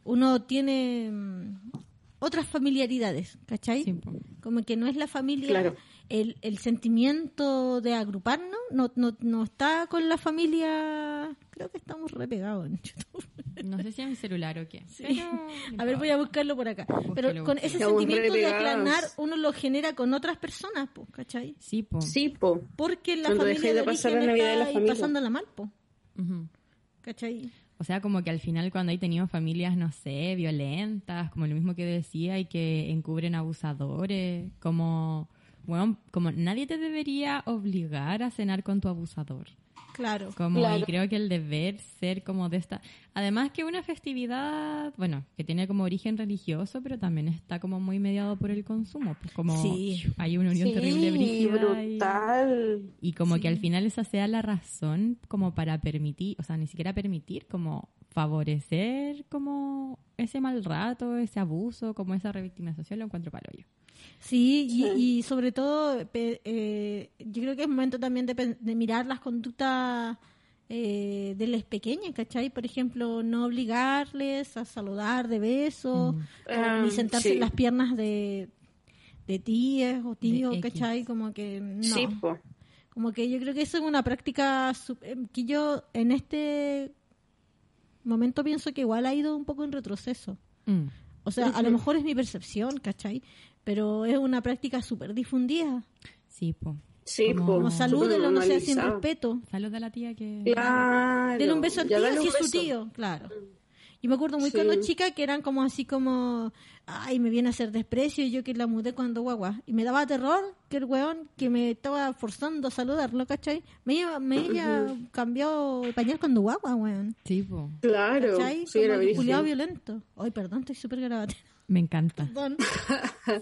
Speaker 2: uno tiene mm, otras familiaridades, ¿cachai?
Speaker 3: Sí, po.
Speaker 2: Como que no es la familia.
Speaker 4: Claro.
Speaker 2: El, el sentimiento de agruparnos no, no, no está con la familia. Creo que estamos repegados en YouTube.
Speaker 3: No sé si es mi celular o qué.
Speaker 2: A ver, voy a buscarlo por acá. Pero
Speaker 3: Búsquelo,
Speaker 2: con
Speaker 3: búsquelo.
Speaker 2: ese
Speaker 4: Estamos
Speaker 2: sentimiento de
Speaker 4: renegadas.
Speaker 2: aclarar, uno lo genera con otras personas, po, ¿cachai?
Speaker 3: Sí, po.
Speaker 4: Sí, po.
Speaker 2: Porque la
Speaker 4: Cuando
Speaker 2: familia
Speaker 4: dejé
Speaker 2: de
Speaker 4: de pasar la
Speaker 2: origen
Speaker 4: Navidad en la
Speaker 2: está ahí
Speaker 4: familia.
Speaker 2: pasándola mal, po,
Speaker 3: Ujú.
Speaker 2: ¿cachai?
Speaker 3: O sea, como que al final cuando hay tenido familias, no sé, violentas, como lo mismo que decía, y que encubren abusadores, como, bueno, como nadie te debería obligar a cenar con tu abusador.
Speaker 2: Claro.
Speaker 3: Como,
Speaker 4: Claro.
Speaker 3: Y creo que el deber ser como de esta... Además que una festividad, bueno, que tiene como origen religioso, pero también está como muy mediado por el consumo. Pues como
Speaker 2: Sí.
Speaker 3: hay una unión terrible
Speaker 4: Sí,
Speaker 3: brígida y-
Speaker 4: brutal.
Speaker 3: y como que al final esa sea la razón como para permitir, o sea, ni siquiera permitir, como favorecer como ese mal rato, ese abuso, como esa revictimización, lo encuentro para yo.
Speaker 2: Sí, y, y sobre todo, pe- eh, yo creo que es momento también de, pen- de mirar las conductas eh, de las pequeñas, ¿cachai? Por ejemplo, no obligarles a saludar de beso, o ni
Speaker 4: Ah,
Speaker 2: sentarse
Speaker 4: sí.
Speaker 2: en las piernas de, de tías o tíos,
Speaker 3: equis.
Speaker 2: ¿cachai? Como que no.
Speaker 4: Sí, po.
Speaker 2: Como que yo creo que eso es una práctica sup- eh, que yo en este momento pienso que igual ha ido un poco en retroceso.
Speaker 3: Mm.
Speaker 2: O sea, a lo mejor es mi percepción, ¿cachai? Pero es una práctica súper difundida.
Speaker 3: Sí, po.
Speaker 4: Sí,
Speaker 3: Como-
Speaker 4: po.
Speaker 2: Como
Speaker 4: Súper
Speaker 2: salúdenlo, no sea sin
Speaker 4: normalizado.
Speaker 2: respeto.
Speaker 3: Salud a la tía que...
Speaker 4: Claro.
Speaker 2: Denle un beso al
Speaker 4: Ya
Speaker 2: tío
Speaker 4: dale
Speaker 2: si
Speaker 4: un
Speaker 2: es su
Speaker 4: beso.
Speaker 2: tío, claro. Yo me acuerdo muy
Speaker 4: Sí.
Speaker 2: cuando chica que eran como así como, ay, me viene a hacer desprecio y yo que la mudé cuando guagua. Y me daba terror que el weón que me estaba forzando a saludarlo, ¿cachai? Me ella, me ella cambió el pañal cuando guagua, weón.
Speaker 3: Sí, po.
Speaker 4: Claro.
Speaker 2: ¿Cachai?
Speaker 4: Sí, era
Speaker 2: Como un
Speaker 4: brígido.
Speaker 2: culiao violento. Ay, perdón, estoy súper grabate.
Speaker 3: Me encanta.
Speaker 2: Perdón.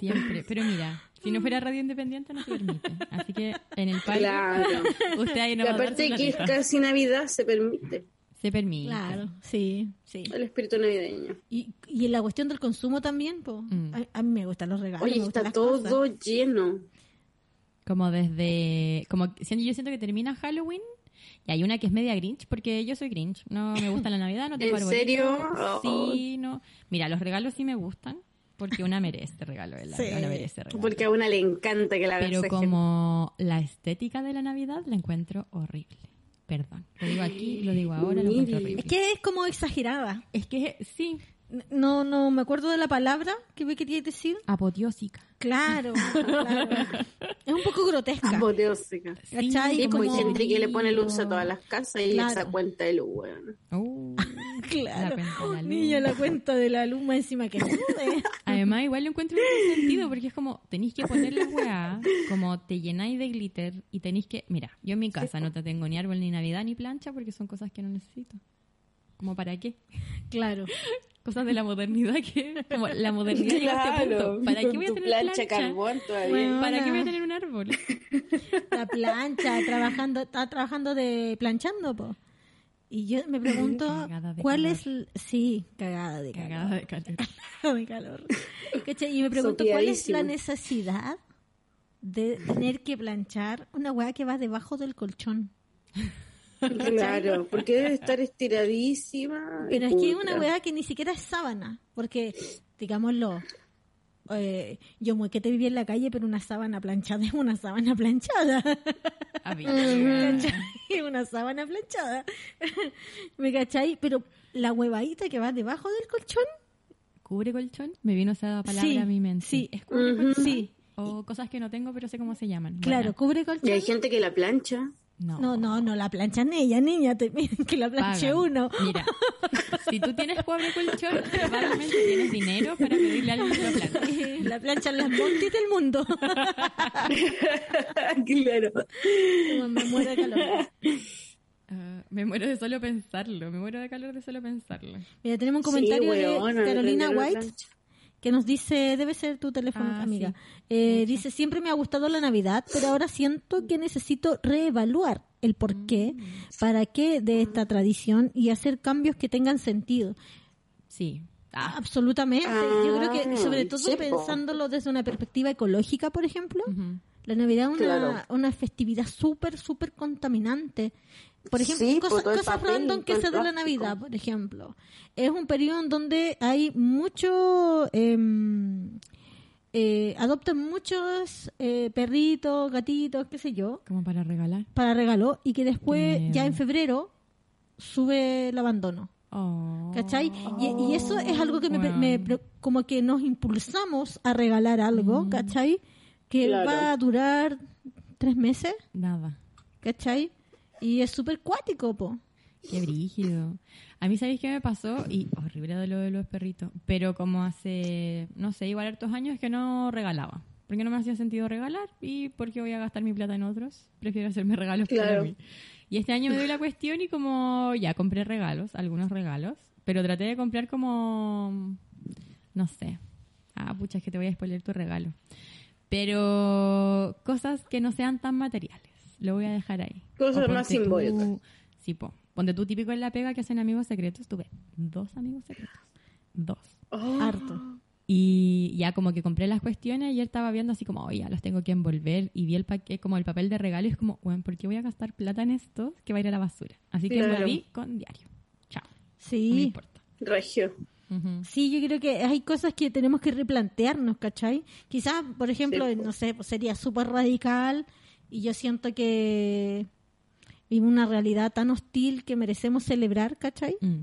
Speaker 3: Siempre. Pero mira, si no fuera radio independiente no te permite. Así que en el país
Speaker 4: Claro.
Speaker 3: usted ahí
Speaker 4: Y
Speaker 3: no va a dar
Speaker 4: aparte
Speaker 3: su
Speaker 4: que es
Speaker 3: platita.
Speaker 4: casi Navidad, se permite
Speaker 3: Se permite.
Speaker 2: Claro, sí, sí.
Speaker 4: el espíritu navideño.
Speaker 2: Y, y en la cuestión del consumo también, po.
Speaker 3: Mm.
Speaker 2: A, a mí me gustan los regalos.
Speaker 4: Oye,
Speaker 2: me gustan
Speaker 4: está
Speaker 2: las
Speaker 4: todo
Speaker 2: cosas.
Speaker 4: lleno.
Speaker 3: Como desde. Como que- yo siento que termina Halloween y hay una que es media Grinch, porque yo soy Grinch. No me gusta la Navidad, no tengo
Speaker 4: ¿En
Speaker 3: arbolito.
Speaker 4: serio?
Speaker 3: Sí, no. Mira, los regalos sí me gustan, porque una merece regalo. La,
Speaker 2: Sí.
Speaker 3: una merece regalo.
Speaker 4: Porque a una le encanta que la
Speaker 3: Pero
Speaker 4: agasajen.
Speaker 3: como la estética de la Navidad la encuentro horrible. Perdón. Lo digo aquí, lo digo ahora, lo encuentro
Speaker 4: Miri.
Speaker 3: horrible.
Speaker 2: Es que es como exagerada.
Speaker 3: Es que sí.
Speaker 2: no, no me acuerdo de la palabra que me quería decir.
Speaker 3: Apoteósica.
Speaker 2: Claro, claro. Es un poco grotesca.
Speaker 4: Apoteósica.
Speaker 2: ¿Cachai?
Speaker 4: Es muy
Speaker 2: como-
Speaker 4: gente que le pone luz a todas las casas y
Speaker 2: Claro.
Speaker 4: esa cuenta de luz, weón.
Speaker 3: Uh,
Speaker 2: Claro.
Speaker 3: La cuenta de la
Speaker 2: Niña,
Speaker 3: luz.
Speaker 2: la cuenta de la luma encima que sube.
Speaker 3: Además, igual lo encuentro un sentido porque es como tenéis que poner la weá, como te llenáis de glitter y tenéis que. Mira, yo en mi casa no te tengo ni árbol, ni navidad, ni plancha porque son cosas que no necesito. ¿Como para qué?
Speaker 2: Claro.
Speaker 3: Cosas de la modernidad que. Como la modernidad llegó a este
Speaker 4: Claro.
Speaker 3: punto. ¿Para qué
Speaker 4: con
Speaker 3: voy a
Speaker 4: tu
Speaker 3: tener
Speaker 4: plancha
Speaker 3: plancha?
Speaker 4: carbón todavía.
Speaker 2: Bueno.
Speaker 3: ¿Para qué voy
Speaker 2: Weona.
Speaker 3: a tener un árbol?
Speaker 2: La plancha, trabajando, está trabajando de planchando, po. Y yo me pregunto,
Speaker 3: Cagada de
Speaker 2: ¿cuál
Speaker 3: calor.
Speaker 2: es. l- Sí, cagada de calor.
Speaker 3: Cagada de calor.
Speaker 2: de calor. ¿Cachai? Y me pregunto, ¿cuál es la
Speaker 4: Sopeadísimo.
Speaker 2: necesidad de tener que planchar una weá que va debajo del colchón?
Speaker 4: Claro, porque debe estar estiradísima. y
Speaker 2: Pero es que es
Speaker 4: puta.
Speaker 2: una weá que ni siquiera es sábana, porque, digámoslo, eh, yo muy que te viví en la calle, pero una sábana planchada es una sábana planchada.
Speaker 3: Amiga.
Speaker 2: ¿Cachai? una sábana planchada. ¿Me cachai? Pero la huevadita que va debajo del colchón,
Speaker 3: ¿Cubre colchón? Me vino esa palabra
Speaker 2: Sí,
Speaker 3: a mi mente.
Speaker 2: sí.
Speaker 3: ¿Es cubre
Speaker 4: Ujú.
Speaker 3: colchón?
Speaker 2: Sí.
Speaker 3: O cosas que no tengo, pero sé cómo se llaman.
Speaker 2: claro,
Speaker 3: Buena.
Speaker 2: cubre
Speaker 4: Y
Speaker 2: colchón.
Speaker 4: hay gente que la plancha.
Speaker 3: No.
Speaker 2: No, no, no la planchan ella, niña, te miren que la planche
Speaker 3: Pagan.
Speaker 2: uno.
Speaker 3: Mira, si tú tienes cubre colchón, probablemente tienes dinero para pedirle al otro blanco.
Speaker 2: la planchan las montis del mundo.
Speaker 4: claro.
Speaker 2: Me muero de calor.
Speaker 3: Ah, me muero de solo pensarlo, me muero de calor de solo pensarlo.
Speaker 2: Mira, tenemos un comentario
Speaker 4: Sí, weona,
Speaker 2: de Carolina
Speaker 4: prender la
Speaker 2: White.
Speaker 4: plancha.
Speaker 2: que nos dice, debe ser tu teléfono,
Speaker 3: Ah,
Speaker 2: amiga.
Speaker 3: sí.
Speaker 2: Eh, dice, siempre me ha gustado la Navidad, pero ahora siento que necesito reevaluar el porqué, para qué de esta tradición y hacer cambios que tengan sentido.
Speaker 3: Sí. Ah,
Speaker 2: Absolutamente. Yo creo que,
Speaker 4: Ah,
Speaker 2: sobre todo
Speaker 4: sí, po.
Speaker 2: pensándolo desde una perspectiva ecológica, por ejemplo,
Speaker 3: ujú.
Speaker 2: la Navidad es una,
Speaker 4: Claro.
Speaker 2: una festividad súper, súper contaminante. Por ejemplo,
Speaker 4: Sí, po,
Speaker 2: cosas,
Speaker 4: todo el
Speaker 2: cosas
Speaker 4: papel,
Speaker 2: random que
Speaker 4: todo
Speaker 2: se
Speaker 4: el
Speaker 2: da la
Speaker 4: plástico.
Speaker 2: Navidad, por ejemplo. Es un periodo en donde hay mucho... em, eh, adoptan muchos eh, perritos, gatitos, qué sé yo,
Speaker 3: Como para regalar.
Speaker 2: para regalo y que después,
Speaker 3: Miedo.
Speaker 2: ya en febrero, sube el abandono.
Speaker 3: Oh.
Speaker 2: ¿Cachai? Y, y eso es algo que me, pre- me
Speaker 4: Oh,
Speaker 3: Wow.
Speaker 2: pre- como que nos impulsamos a regalar algo, ¿cachai? Que
Speaker 4: Mm. Claro.
Speaker 2: va a durar tres meses,
Speaker 3: Nada.
Speaker 2: ¿cachai? Y es súper cuático, po.
Speaker 3: Qué brígido. A mí, ¿sabéis qué me pasó? Y horrible de lo de los perritos. Pero como hace, no sé, igual hartos años que no regalaba. Porque no me hacía sentido regalar y porque voy a gastar mi plata en otros. Prefiero hacerme regalos para
Speaker 4: Claro.
Speaker 3: mí. Y este año me dio la cuestión y como ya compré regalos, algunos regalos. Pero traté de comprar como, no sé. Ah, pucha, es que te voy a spoiler tu regalo. Pero cosas que no sean tan materiales. Lo voy a dejar ahí.
Speaker 4: Cosas
Speaker 3: O ponte
Speaker 4: más
Speaker 3: tú-
Speaker 4: simbólicas.
Speaker 3: Sí, po. Ponte tú típico en la pega que hacen amigos secretos. Tuve dos amigos secretos. Dos.
Speaker 4: Oh,
Speaker 2: Harto.
Speaker 3: Y ya como que compré las cuestiones y él estaba viendo así como, oye, ya los tengo que envolver. Y vi el paquete, como el papel de regalo y es como, bueno, ¿por qué voy a gastar plata en esto que va a ir a la basura? Así que
Speaker 4: Claro.
Speaker 3: envolví con diario. Chao. No me
Speaker 2: Sí.
Speaker 3: importa.
Speaker 4: regio.
Speaker 3: Ujú.
Speaker 2: Sí, yo creo que hay cosas que tenemos que replantearnos, ¿cachai? Quizás, por ejemplo,
Speaker 4: Sí, po.
Speaker 2: no sé, pues sería súper radical y yo siento que vivimos una realidad tan hostil que merecemos celebrar, ¿cachai?
Speaker 3: Mm.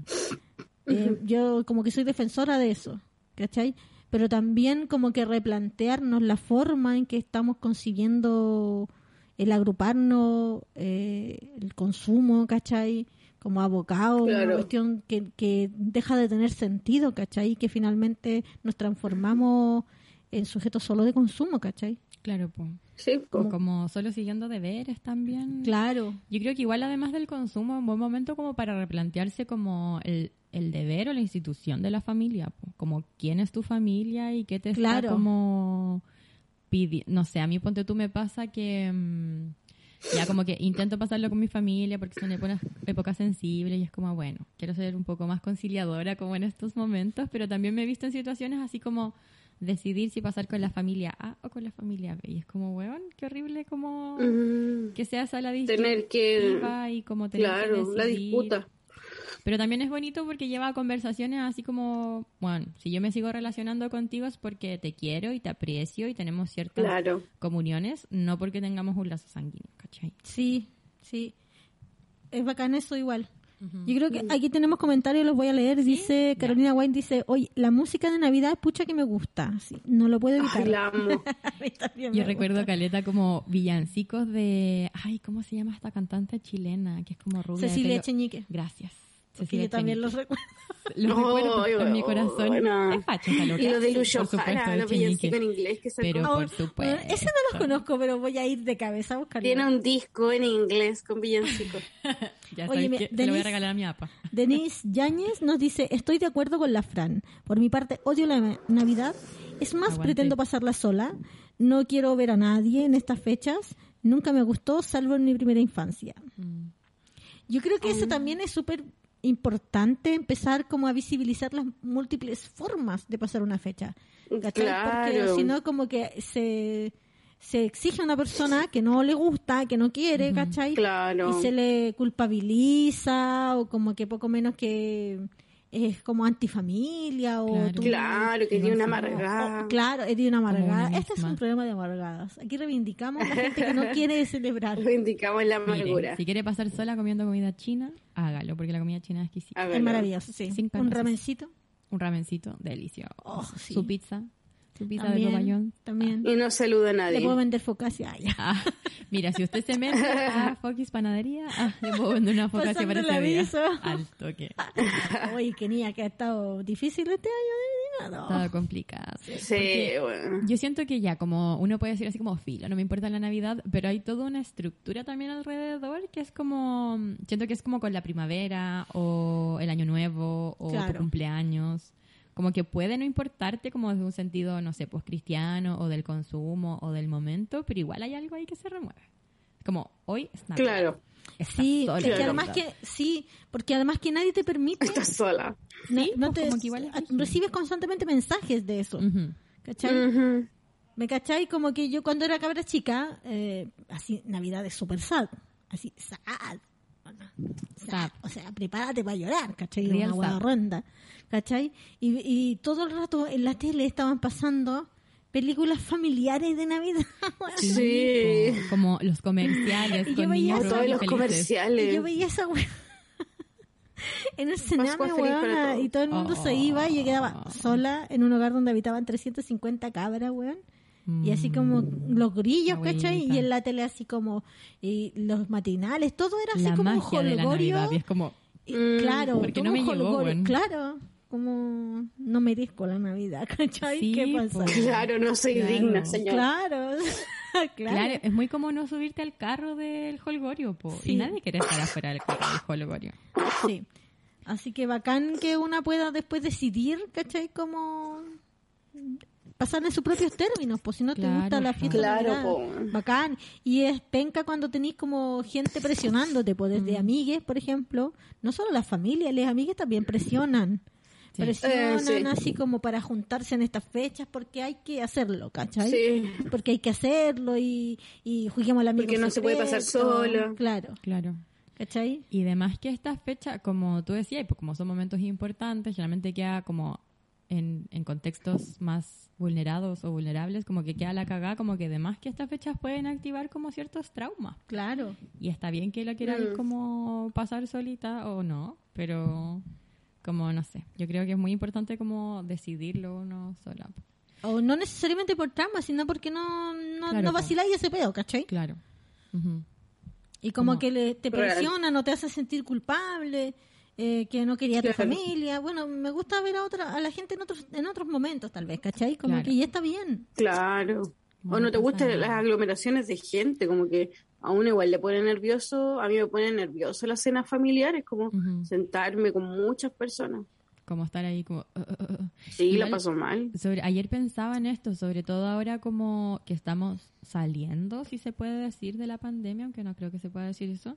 Speaker 2: Eh, yo como que soy defensora de eso, ¿cachai? Pero también como que replantearnos la forma en que estamos consiguiendo el agruparnos, eh, el consumo, ¿cachai? Como abocado, una
Speaker 4: Claro.
Speaker 2: cuestión que, que deja de tener sentido, ¿cachai? Que finalmente nos transformamos en sujetos solo de consumo, ¿cachai?
Speaker 3: Claro, po.
Speaker 4: Sí, po.
Speaker 3: O como solo siguiendo deberes también.
Speaker 2: Claro.
Speaker 3: Yo creo que igual además del consumo, un buen momento como para replantearse como el, el deber o la institución de la familia, po. como quién es tu familia y qué te
Speaker 2: Claro.
Speaker 3: está como pidi- No sé, a mí ponte tú me pasa que mm, ya como que intento pasarlo con mi familia porque son épocas, épocas sensibles y es como, bueno, quiero ser un poco más conciliadora como en estos momentos, pero también me he visto en situaciones así como decidir si pasar con la familia A o con la familia B. Y es como, weón, qué horrible como
Speaker 4: Mm,
Speaker 3: que sea esa la
Speaker 4: Tener que.
Speaker 3: disputa y como Ah, tener que
Speaker 4: Claro, la
Speaker 3: decidir.
Speaker 4: disputa.
Speaker 3: Pero también es bonito porque lleva a conversaciones así como, bueno, si yo me sigo relacionando contigo es porque te quiero y te aprecio y tenemos ciertas
Speaker 4: Claro.
Speaker 3: comuniones, no porque tengamos un lazo sanguíneo, ¿cachai?
Speaker 2: Sí, sí. Es bacán eso igual. Yo creo que aquí tenemos comentarios, los voy a leer. Dice Carolina White, dice, oye, la música de Navidad, pucha que me gusta. Sí, no lo puedo evitar.
Speaker 4: Ay, la amo.
Speaker 2: A mí también
Speaker 3: Yo
Speaker 2: me
Speaker 3: recuerdo
Speaker 2: gusta.
Speaker 3: Caleta como villancicos de. Ay, ¿cómo se llama esta cantante chilena? Que es como rubia. de
Speaker 2: Cecilia
Speaker 3: pelo-
Speaker 2: Cheñique.
Speaker 3: Gracias.
Speaker 2: Sí,
Speaker 3: Cecilia
Speaker 2: yo también
Speaker 3: Cheñique.
Speaker 2: los recuerdo.
Speaker 3: Los
Speaker 4: Ay,
Speaker 3: recuerdo en mi
Speaker 4: bueno.
Speaker 3: corazón. Es facho, esa loca.
Speaker 4: Y lo de
Speaker 3: Sí,
Speaker 4: Lucio
Speaker 3: por supuesto,
Speaker 4: Jara,
Speaker 3: de
Speaker 4: los
Speaker 3: Cheñique.
Speaker 4: villancicos en inglés que sacó.
Speaker 3: Pero por
Speaker 2: Oh, Bueno,
Speaker 3: supuesto.
Speaker 2: ese no los conozco, pero voy a ir de cabeza a buscarlo.
Speaker 4: Tiene un disco en inglés con villancicos.
Speaker 3: Ya
Speaker 2: Oye,
Speaker 3: sabes
Speaker 2: mira,
Speaker 3: que te lo voy
Speaker 2: Denise-
Speaker 3: a regalar a mi papá.
Speaker 2: Denise Yáñez nos dice, estoy de acuerdo con la Fran. Por mi parte, odio la na- Navidad. Es más,
Speaker 3: Aguante.
Speaker 2: pretendo pasarla sola. No quiero ver a nadie en estas fechas. Nunca me gustó, salvo en mi primera infancia. Yo creo que eso también es súper importante, empezar como a visibilizar las múltiples formas de pasar una fecha. ¿cachai?
Speaker 4: Claro.
Speaker 2: Porque si no, como que se, se exige a una persona que no le gusta, que no quiere, ¿cachai?
Speaker 4: Claro.
Speaker 2: y se le culpabiliza o como que poco menos que es como antifamilia o
Speaker 3: Claro.
Speaker 2: tú-
Speaker 4: Claro, que tiene una amargada.
Speaker 2: o- claro, es de una amargada.
Speaker 3: una
Speaker 2: Este es
Speaker 3: misma.
Speaker 2: un problema de amargadas. Aquí reivindicamos a la gente que no quiere celebrar.
Speaker 4: Reivindicamos la
Speaker 3: Miren,
Speaker 4: amargura.
Speaker 3: si quiere pasar sola comiendo comida china, hágalo, porque la comida china es exquisita.
Speaker 4: Hágalo.
Speaker 2: Es maravilloso, sí.
Speaker 3: Sin
Speaker 2: Un
Speaker 3: palabras.
Speaker 2: ramencito.
Speaker 3: Un ramencito delicioso.
Speaker 2: Oh, sí.
Speaker 3: Su pizza. Su pizza de
Speaker 2: También,
Speaker 3: Popayón.
Speaker 2: también.
Speaker 4: Y no saluda a
Speaker 2: Le
Speaker 4: nadie.
Speaker 2: puedo vender focacia. Ay, ya.
Speaker 3: Ah, mira, si usted se mete a Fokis Panadería, ah, le puedo vender una foca
Speaker 2: Pasando
Speaker 3: para
Speaker 2: el
Speaker 3: ese día.
Speaker 2: aviso. Ah.
Speaker 3: Al toque.
Speaker 2: Oye, que niña, que ha estado difícil este año. de
Speaker 3: Todo complicado.
Speaker 4: Sí, bueno.
Speaker 3: Yo siento que ya, como uno puede decir así como filo, no me importa la Navidad, pero hay toda una estructura también alrededor que es como, siento que es como con la primavera o el año nuevo o
Speaker 2: Claro.
Speaker 3: tu cumpleaños, como que puede no importarte como desde un sentido, no sé, pues cristiano o del consumo o del momento, pero igual hay algo ahí que se remueve. Como hoy es
Speaker 2: Ah,
Speaker 3: Navidad.
Speaker 4: Claro,
Speaker 3: Estás
Speaker 2: Sí,
Speaker 3: sola,
Speaker 2: es que
Speaker 3: ¿verdad?
Speaker 2: además que, sí, porque además que nadie te permite
Speaker 4: estás sola.
Speaker 2: No,
Speaker 3: Sí,
Speaker 2: no
Speaker 3: pues,
Speaker 2: te-
Speaker 3: como que igual es Mm.
Speaker 2: a-
Speaker 3: brígido.
Speaker 2: recibes constantemente mensajes de eso.
Speaker 3: Ujú.
Speaker 2: ¿Cachai?
Speaker 4: Ujú.
Speaker 2: ¿Me cachai? Como que yo cuando era cabra chica, eh, así, Navidad es súper sad. Así, sad.
Speaker 3: Sad.
Speaker 2: Sad. O sea, prepárate para llorar, ¿cachai?
Speaker 3: Real
Speaker 2: Una hueá
Speaker 3: sad.
Speaker 2: ronda, ¿cachai? Y, y todo el rato en la tele estaban pasando películas familiares de Navidad. weón.
Speaker 4: Sí.
Speaker 3: O Como los comerciales
Speaker 2: Y yo
Speaker 3: con
Speaker 2: veía
Speaker 3: niños
Speaker 2: eso.
Speaker 4: Todos
Speaker 3: probando
Speaker 4: los
Speaker 3: felices.
Speaker 2: Y
Speaker 4: comerciales.
Speaker 2: yo veía esa weá. En el Sename,
Speaker 4: Pascua feliz para
Speaker 2: weón,
Speaker 4: todos.
Speaker 2: y todo el mundo se
Speaker 3: Oh.
Speaker 2: iba y yo quedaba sola en un hogar donde habitaban 350 cabras, weón. Y así como
Speaker 3: Mm.
Speaker 2: los grillos,
Speaker 3: Abuelita.
Speaker 2: ¿cachai? Y en la tele así como y los matinales, todo era así
Speaker 3: la
Speaker 2: como un
Speaker 3: magia de la
Speaker 2: jolgorio.
Speaker 3: Navidad y es como
Speaker 2: y-
Speaker 4: Mm,
Speaker 2: claro,
Speaker 3: porque
Speaker 2: todo
Speaker 3: no me
Speaker 2: un
Speaker 3: llegó,
Speaker 2: jolgorio,
Speaker 3: weón.
Speaker 2: Claro, como no merezco la Navidad, ¿cachai?
Speaker 3: Sí,
Speaker 2: ¿Qué pasa?
Speaker 3: po.
Speaker 4: Claro, no soy
Speaker 3: Claro.
Speaker 4: digna, señor.
Speaker 2: Claro, claro.
Speaker 3: Claro, es muy como no subirte al carro del holgorio, po.
Speaker 2: Sí.
Speaker 3: Y nadie quiere estar afuera del carro del holgorio.
Speaker 2: Sí. Así que bacán que una pueda después decidir, ¿cachai? Como pasar en sus propios términos, pues si no te
Speaker 3: Claro,
Speaker 2: gusta la fiesta
Speaker 4: claro.
Speaker 2: de Navidad,
Speaker 4: Claro, po.
Speaker 2: bacán. Y es penca cuando tenés como gente presionándote, pues desde
Speaker 3: Mm.
Speaker 2: amigues, por ejemplo, no solo la familia, las amigues también presionan.
Speaker 3: Sí.
Speaker 2: Presionan
Speaker 4: Eh, sí.
Speaker 2: así como para juntarse en estas fechas porque hay que hacerlo, ¿cachai?
Speaker 4: Sí.
Speaker 2: Porque hay que hacerlo y, y juguemos la
Speaker 4: Porque no se puede pasar solo.
Speaker 2: Claro,
Speaker 3: Claro.
Speaker 2: ¿cachai?
Speaker 3: Y además que esta fecha, como tú decías, y pues como son momentos importantes, generalmente queda como en, en contextos más vulnerados o vulnerables, como que queda la cagada, como que además que estas fechas pueden activar como ciertos traumas.
Speaker 2: Claro.
Speaker 3: Y está bien que lo quieras
Speaker 4: Mm.
Speaker 3: como pasar solita o no, pero como no sé, yo creo que es muy importante como decidirlo uno sola. po.
Speaker 2: O no necesariamente por trama, sino porque no, no,
Speaker 3: Claro,
Speaker 2: no
Speaker 3: po.
Speaker 2: vaciláis ese pedo, ¿cachai?
Speaker 3: Claro. Ujú.
Speaker 2: Y como
Speaker 3: Como-
Speaker 2: que le- te
Speaker 4: Real.
Speaker 2: presionan o te hacen sentir culpable, eh, que no quería tu
Speaker 4: Claro.
Speaker 2: familia. Bueno, me gusta ver a otra a la gente en otros en otros momentos, tal vez, ¿cachai? Como
Speaker 3: Claro.
Speaker 2: que ya está bien.
Speaker 4: Claro. O
Speaker 3: Bueno,
Speaker 4: no te gustan
Speaker 3: pasa
Speaker 4: las
Speaker 3: nada.
Speaker 4: aglomeraciones de gente, como que a uno igual le pone nervioso, a mí me pone nervioso las cenas familiares, como
Speaker 3: Ujú.
Speaker 4: sentarme con muchas personas.
Speaker 3: Como estar ahí como... "Uh, uh, uh, uh".
Speaker 4: Sí,
Speaker 3: Igual-
Speaker 4: la paso mal.
Speaker 3: Sobre, ayer pensaba en esto, sobre todo ahora como que estamos saliendo, si se puede decir, de la pandemia, aunque no creo que se pueda decir eso.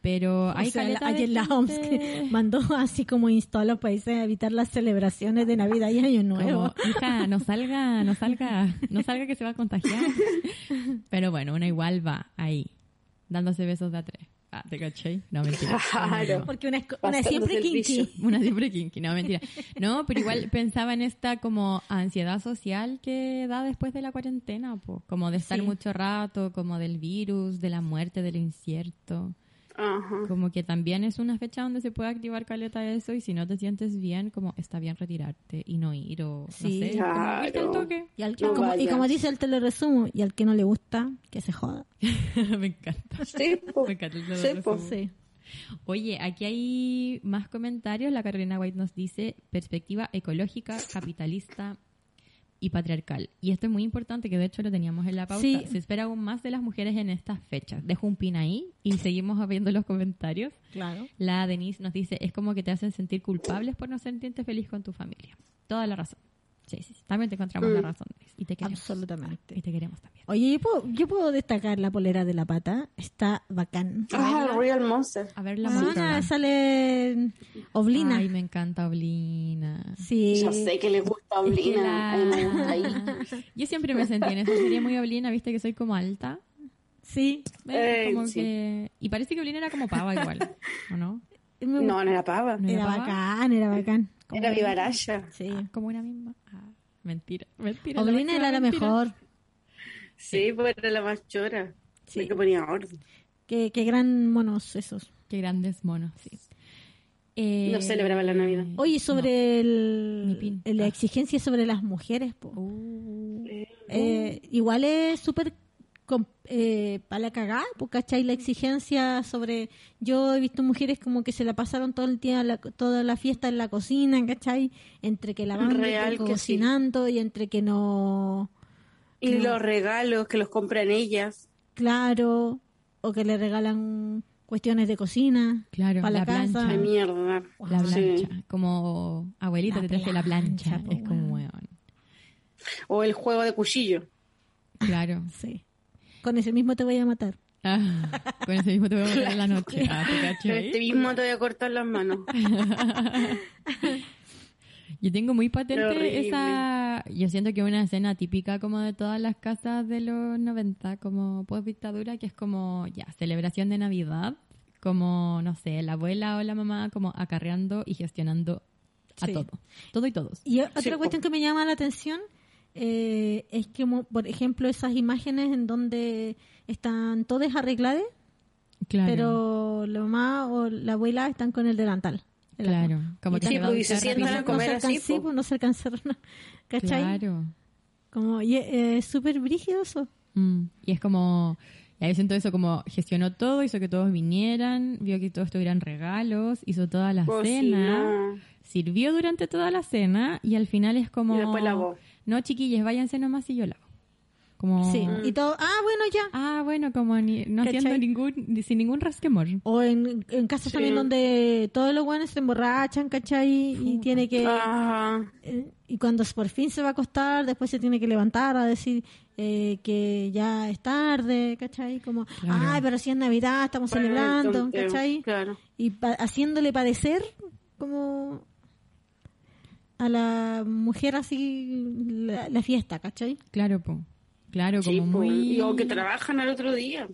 Speaker 3: Pero hay
Speaker 2: O sea,
Speaker 3: caleta de
Speaker 2: ayer la OMS que
Speaker 3: gente-
Speaker 2: mandó así como instó a los países a evitar las celebraciones de Navidad y Año Nuevo.
Speaker 3: Como, hija, no salga, no salga, no salga que se va a contagiar. Pero bueno, una igual va ahí, dándose besos de a tres. Ah, ¿te caché? No, mentira.
Speaker 4: Claro.
Speaker 3: No, no,
Speaker 2: Porque una, es- una es
Speaker 4: Pasando
Speaker 2: siempre
Speaker 4: del
Speaker 2: kinky.
Speaker 4: bicho.
Speaker 3: no. Una siempre kinky, no, mentira. No, pero igual pensaba en esta como ansiedad social que da después de la cuarentena, po. como de estar
Speaker 2: Sí.
Speaker 3: mucho rato, como del virus, de la muerte, del incierto.
Speaker 4: Ajá.
Speaker 3: Como que también es una fecha donde se puede activar caleta eso y si no te sientes bien, como está bien retirarte y no ir o
Speaker 2: Sí,
Speaker 3: no sé. como
Speaker 4: claro.
Speaker 3: irte al toque.
Speaker 2: Y, al-
Speaker 4: No
Speaker 2: como, y
Speaker 4: vayas.
Speaker 2: como dice el teleresumo, y al que no le gusta, que se joda.
Speaker 3: Me encanta.
Speaker 4: Sí, po.
Speaker 3: Me encanta el
Speaker 4: Sí, po.
Speaker 3: teleresumo. Oye, aquí hay más comentarios. La Carolina White nos dice perspectiva ecológica, capitalista y patriarcal. Y esto es muy importante, que de hecho lo teníamos en la pauta.
Speaker 2: Sí.
Speaker 3: Se espera aún más de las mujeres en estas fechas. Dejo un pin ahí y seguimos viendo los comentarios.
Speaker 2: Claro.
Speaker 3: La Denise nos dice, es como que te hacen sentir culpables por no sentirte feliz con tu familia. Toda la razón. Sí, sí, sí. También te encontramos la razón. Denise. Y te queremos.
Speaker 2: Mm. Absolutamente.
Speaker 3: Y te queremos también.
Speaker 2: Oye, yo puedo, yo puedo destacar la polera de la pata. Está bacán.
Speaker 4: Ah, Real Monster.
Speaker 3: A ver la
Speaker 2: Ah,
Speaker 3: Mónica.
Speaker 2: sale Oblina.
Speaker 3: Ay, me encanta Oblina.
Speaker 2: sí.
Speaker 4: Yo sé que le gusta a
Speaker 3: Es que
Speaker 4: Oblina. A mí me gusta ahí.
Speaker 3: la- Yo siempre me sentí en esa serie muy Oblina, viste que soy como alta.
Speaker 2: Sí.
Speaker 3: ¿ves?
Speaker 4: Eh,
Speaker 3: Como
Speaker 4: sí.
Speaker 3: que- Y parece que Oblina era como pava igual, ¿o no?
Speaker 2: Me
Speaker 4: No, no era pava.
Speaker 3: No
Speaker 2: Era
Speaker 3: era pava.
Speaker 2: bacán, era bacán.
Speaker 4: Era vivaraya.
Speaker 2: Sí.
Speaker 3: Ah, como una misma. Ah, mentira, mentira. la
Speaker 2: Oblina
Speaker 3: máxima
Speaker 2: era la
Speaker 3: mentira.
Speaker 2: mejor.
Speaker 4: Sí, pues era la más chora.
Speaker 2: Sí.
Speaker 4: La que ponía orden.
Speaker 2: Qué, qué gran monos esos.
Speaker 3: Qué grandes monos, sí. Eh,
Speaker 4: No celebraba la Navidad.
Speaker 2: Oye, sobre
Speaker 3: mi
Speaker 2: el,
Speaker 3: pin.
Speaker 2: el- la
Speaker 3: Ah.
Speaker 2: exigencia sobre las mujeres, po.
Speaker 3: Uh,
Speaker 2: Eh, igual es súper com- eh, para la cagada, po, ¿cachai? La exigencia sobre... Yo he visto mujeres como que se la pasaron todo el día, la- toda la fiesta en la cocina, ¿cachai? Entre que lavando,
Speaker 4: Real
Speaker 2: y
Speaker 4: que sí.
Speaker 2: cocinando y entre que no...
Speaker 4: Y los regalos que los compran ellas.
Speaker 2: Claro, o que le regalan cuestiones de cocina.
Speaker 3: Claro,
Speaker 2: pa'
Speaker 3: la plancha.
Speaker 4: De
Speaker 3: Ah.
Speaker 4: mierda.
Speaker 3: la
Speaker 4: Sí.
Speaker 3: plancha. Como abuelita,
Speaker 2: La
Speaker 3: te traje la plancha.
Speaker 2: plancha, po,
Speaker 3: Es como,
Speaker 2: weón.
Speaker 3: weón.
Speaker 4: O el juego de cuchillo.
Speaker 3: Claro.
Speaker 2: Sí. Con ese mismo te voy a matar.
Speaker 3: Ah, con ese mismo te voy a matar en la noche. Ah, ¿te
Speaker 4: Pero
Speaker 3: cachai?
Speaker 4: este mismo te voy a cortar las manos.
Speaker 3: Yo tengo muy patente
Speaker 4: Horrible.
Speaker 3: esa... Yo siento que es una escena típica como de todas las casas de los 90, como post-dictadura, que es como, ya, celebración de Navidad, como, no sé, la abuela o la mamá como acarreando y gestionando a
Speaker 2: Sí.
Speaker 3: todo. Todo y todos.
Speaker 2: Y o- otra
Speaker 4: Sí, po.
Speaker 2: cuestión que me llama la atención eh, es que, mo- por ejemplo, esas imágenes en donde están todos arreglados,
Speaker 3: Claro.
Speaker 2: pero la mamá o la abuela están con el delantal. en la
Speaker 3: Claro.
Speaker 2: cama.
Speaker 3: Como
Speaker 2: Y
Speaker 3: que
Speaker 2: tan-
Speaker 4: Sí,
Speaker 3: va
Speaker 4: pues, y se
Speaker 3: buscar
Speaker 4: sientan
Speaker 3: rápido.
Speaker 4: a comer
Speaker 2: no se
Speaker 4: así,
Speaker 2: alcan- sí,
Speaker 4: po.
Speaker 2: pues, no se alcanzaron. ¿Cachai?
Speaker 3: Claro.
Speaker 2: Como, y eh, es súper brígido eso.
Speaker 3: Mm, Y es como, y ahí siento eso, como gestionó todo, hizo que todos vinieran, vio que todos tuvieran regalos, hizo toda la
Speaker 4: Oh,
Speaker 3: cena,
Speaker 4: Cocina.
Speaker 3: sirvió durante toda la cena y al final es como...
Speaker 4: Y después lavó.
Speaker 3: No, chiquilles, váyanse nomás y yo lavo. Como...
Speaker 2: Sí. Y todo, ah, bueno, ya.
Speaker 3: Ah, bueno, como ni- no
Speaker 2: ¿Cachai?
Speaker 3: haciendo ningún, sin ningún rasquemor.
Speaker 2: O en, en casas
Speaker 4: Sí.
Speaker 2: también donde todos los buenos se emborrachan, ¿cachai? Y tiene que...
Speaker 4: Ah. Ajá.
Speaker 2: eh, y cuando por fin se va a acostar, después se tiene que levantar a decir eh, que ya es tarde, ¿cachai? Como,
Speaker 3: Claro.
Speaker 2: ay, pero si es Navidad, estamos
Speaker 4: Bueno,
Speaker 2: celebrando,
Speaker 4: entonces,
Speaker 2: ¿cachai?
Speaker 4: Claro.
Speaker 2: Y pa- haciéndole padecer como a la mujer así la, la fiesta, ¿cachai?
Speaker 3: Claro, po. Claro,
Speaker 4: Sí,
Speaker 3: como
Speaker 4: pues,
Speaker 3: muy...
Speaker 4: y- o que trabajan al otro día.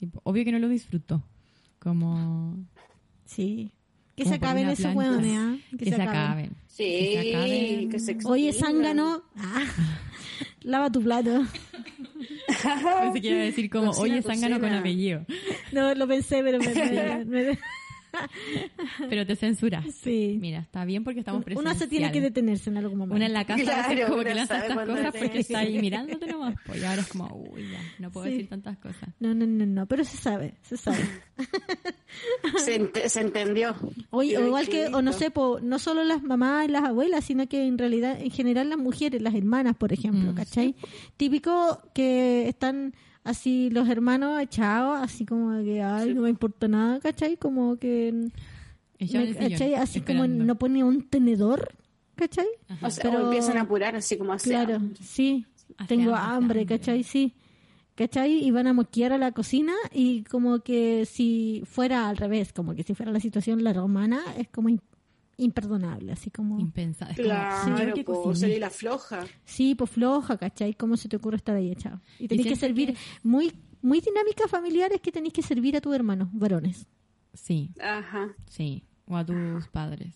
Speaker 3: Sí, po. Obvio que no lo disfrutó. Como...
Speaker 2: Sí. Que
Speaker 3: como
Speaker 2: se
Speaker 3: por
Speaker 2: acaben
Speaker 3: una
Speaker 2: esos
Speaker 3: plancha.
Speaker 2: hueones, ¿ah?
Speaker 3: Que, se acaben.
Speaker 4: Sí,
Speaker 3: Que se acaben.
Speaker 4: que se
Speaker 2: Oye,
Speaker 4: extingan.
Speaker 2: zángano, ah, lava tu plato.
Speaker 3: Pensé que iba a decir como,
Speaker 4: Cocina,
Speaker 3: oye, zángano con
Speaker 4: cocina.
Speaker 3: apellido.
Speaker 2: No, lo pensé, pero me... me- me-
Speaker 3: Pero te censuras.
Speaker 2: sí.
Speaker 3: Mira, está bien porque estamos presentes.
Speaker 2: Uno se tiene que detenerse en algún momento.
Speaker 3: Una en la casa a veces
Speaker 4: Claro,
Speaker 3: como que
Speaker 4: uno
Speaker 3: lanza
Speaker 4: sabe
Speaker 3: estas
Speaker 4: cuándo
Speaker 3: cosas
Speaker 4: te-
Speaker 3: porque está ahí mirándote nomás. po, y ahora es como, uy, ya, no puedo
Speaker 2: Sí.
Speaker 3: decir tantas cosas.
Speaker 2: No, no, no, no, pero se sabe, se sabe.
Speaker 4: Se, ent- se entendió.
Speaker 2: Oye, o
Speaker 4: Qué
Speaker 2: igual que, o no
Speaker 4: chiquito.
Speaker 2: sé, po, no solo las mamás y las abuelas, sino que en realidad, en general, las mujeres, las hermanas, por ejemplo,
Speaker 3: Mm.
Speaker 2: ¿cachai? Típico que están así los hermanos echados, así como de que, ay, no me importa nada, ¿cachai? Como que,
Speaker 3: Ella
Speaker 2: me-
Speaker 3: en el sillón,
Speaker 2: ¿cachai? Así como
Speaker 3: esperando.
Speaker 2: no pone un tenedor, ¿cachai?
Speaker 4: O sea,
Speaker 2: Pero-
Speaker 4: o empiezan a apurar así como así.
Speaker 2: Claro, sí.
Speaker 3: Hace
Speaker 2: Tengo
Speaker 3: hambre,
Speaker 2: hambre,
Speaker 3: hambre.
Speaker 2: ¿cachai? Sí. ¿Cachai? Y van a moquear a la cocina y como que si fuera al revés, como que si fuera la situación la romana, es como im- imperdonable, así como...
Speaker 3: Impensada. Es como, señor,
Speaker 4: Claro,
Speaker 3: que
Speaker 4: po,
Speaker 3: cociné.
Speaker 4: salir la floja.
Speaker 2: sí, pues floja, ¿cachai? ¿Cómo se te ocurre estar ahí echado? Y tenés que
Speaker 3: siento
Speaker 2: servir...
Speaker 3: que-
Speaker 2: Muy, muy dinámicas familiares que tenés que servir a tus hermanos varones.
Speaker 3: Sí,
Speaker 4: Ajá.
Speaker 3: sí. O a tus padres.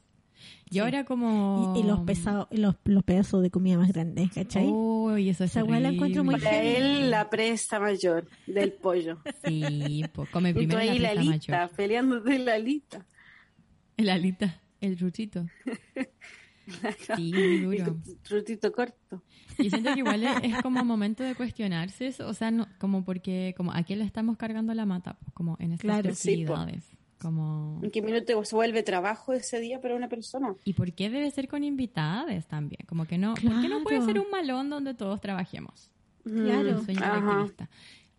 Speaker 3: Y ahora como...
Speaker 2: Y, y los, pesados, los, los pedazos de comida más grandes, ¿cachai?
Speaker 3: Uy, eso es
Speaker 2: Esa weá la
Speaker 3: horrible.
Speaker 2: encuentro muy
Speaker 4: Para él, la presa mayor del pollo.
Speaker 3: Sí, pues come
Speaker 4: Y tú
Speaker 3: primero
Speaker 4: ahí
Speaker 3: la
Speaker 4: la
Speaker 3: alita
Speaker 4: lista, peleándote la lista.
Speaker 3: El alita, el ruchito. Sí, muy duro.
Speaker 4: El Trutito corto.
Speaker 3: Y siento que igual es, es como momento de cuestionarse eso, o sea, no, como porque como a quién le estamos cargando la mata, pues, como en estas
Speaker 2: Claro.
Speaker 4: Sí, po.
Speaker 3: festividades. como
Speaker 4: ¿En qué minuto se vuelve trabajo ese día para una persona?
Speaker 3: ¿Y por qué debe ser con invitadas también? Como que no, ¿por qué no puede
Speaker 2: Claro.
Speaker 3: ser un malón donde todos trabajemos?
Speaker 2: Claro.
Speaker 3: Un sueño
Speaker 4: Mm. Ajá.
Speaker 3: colectivista.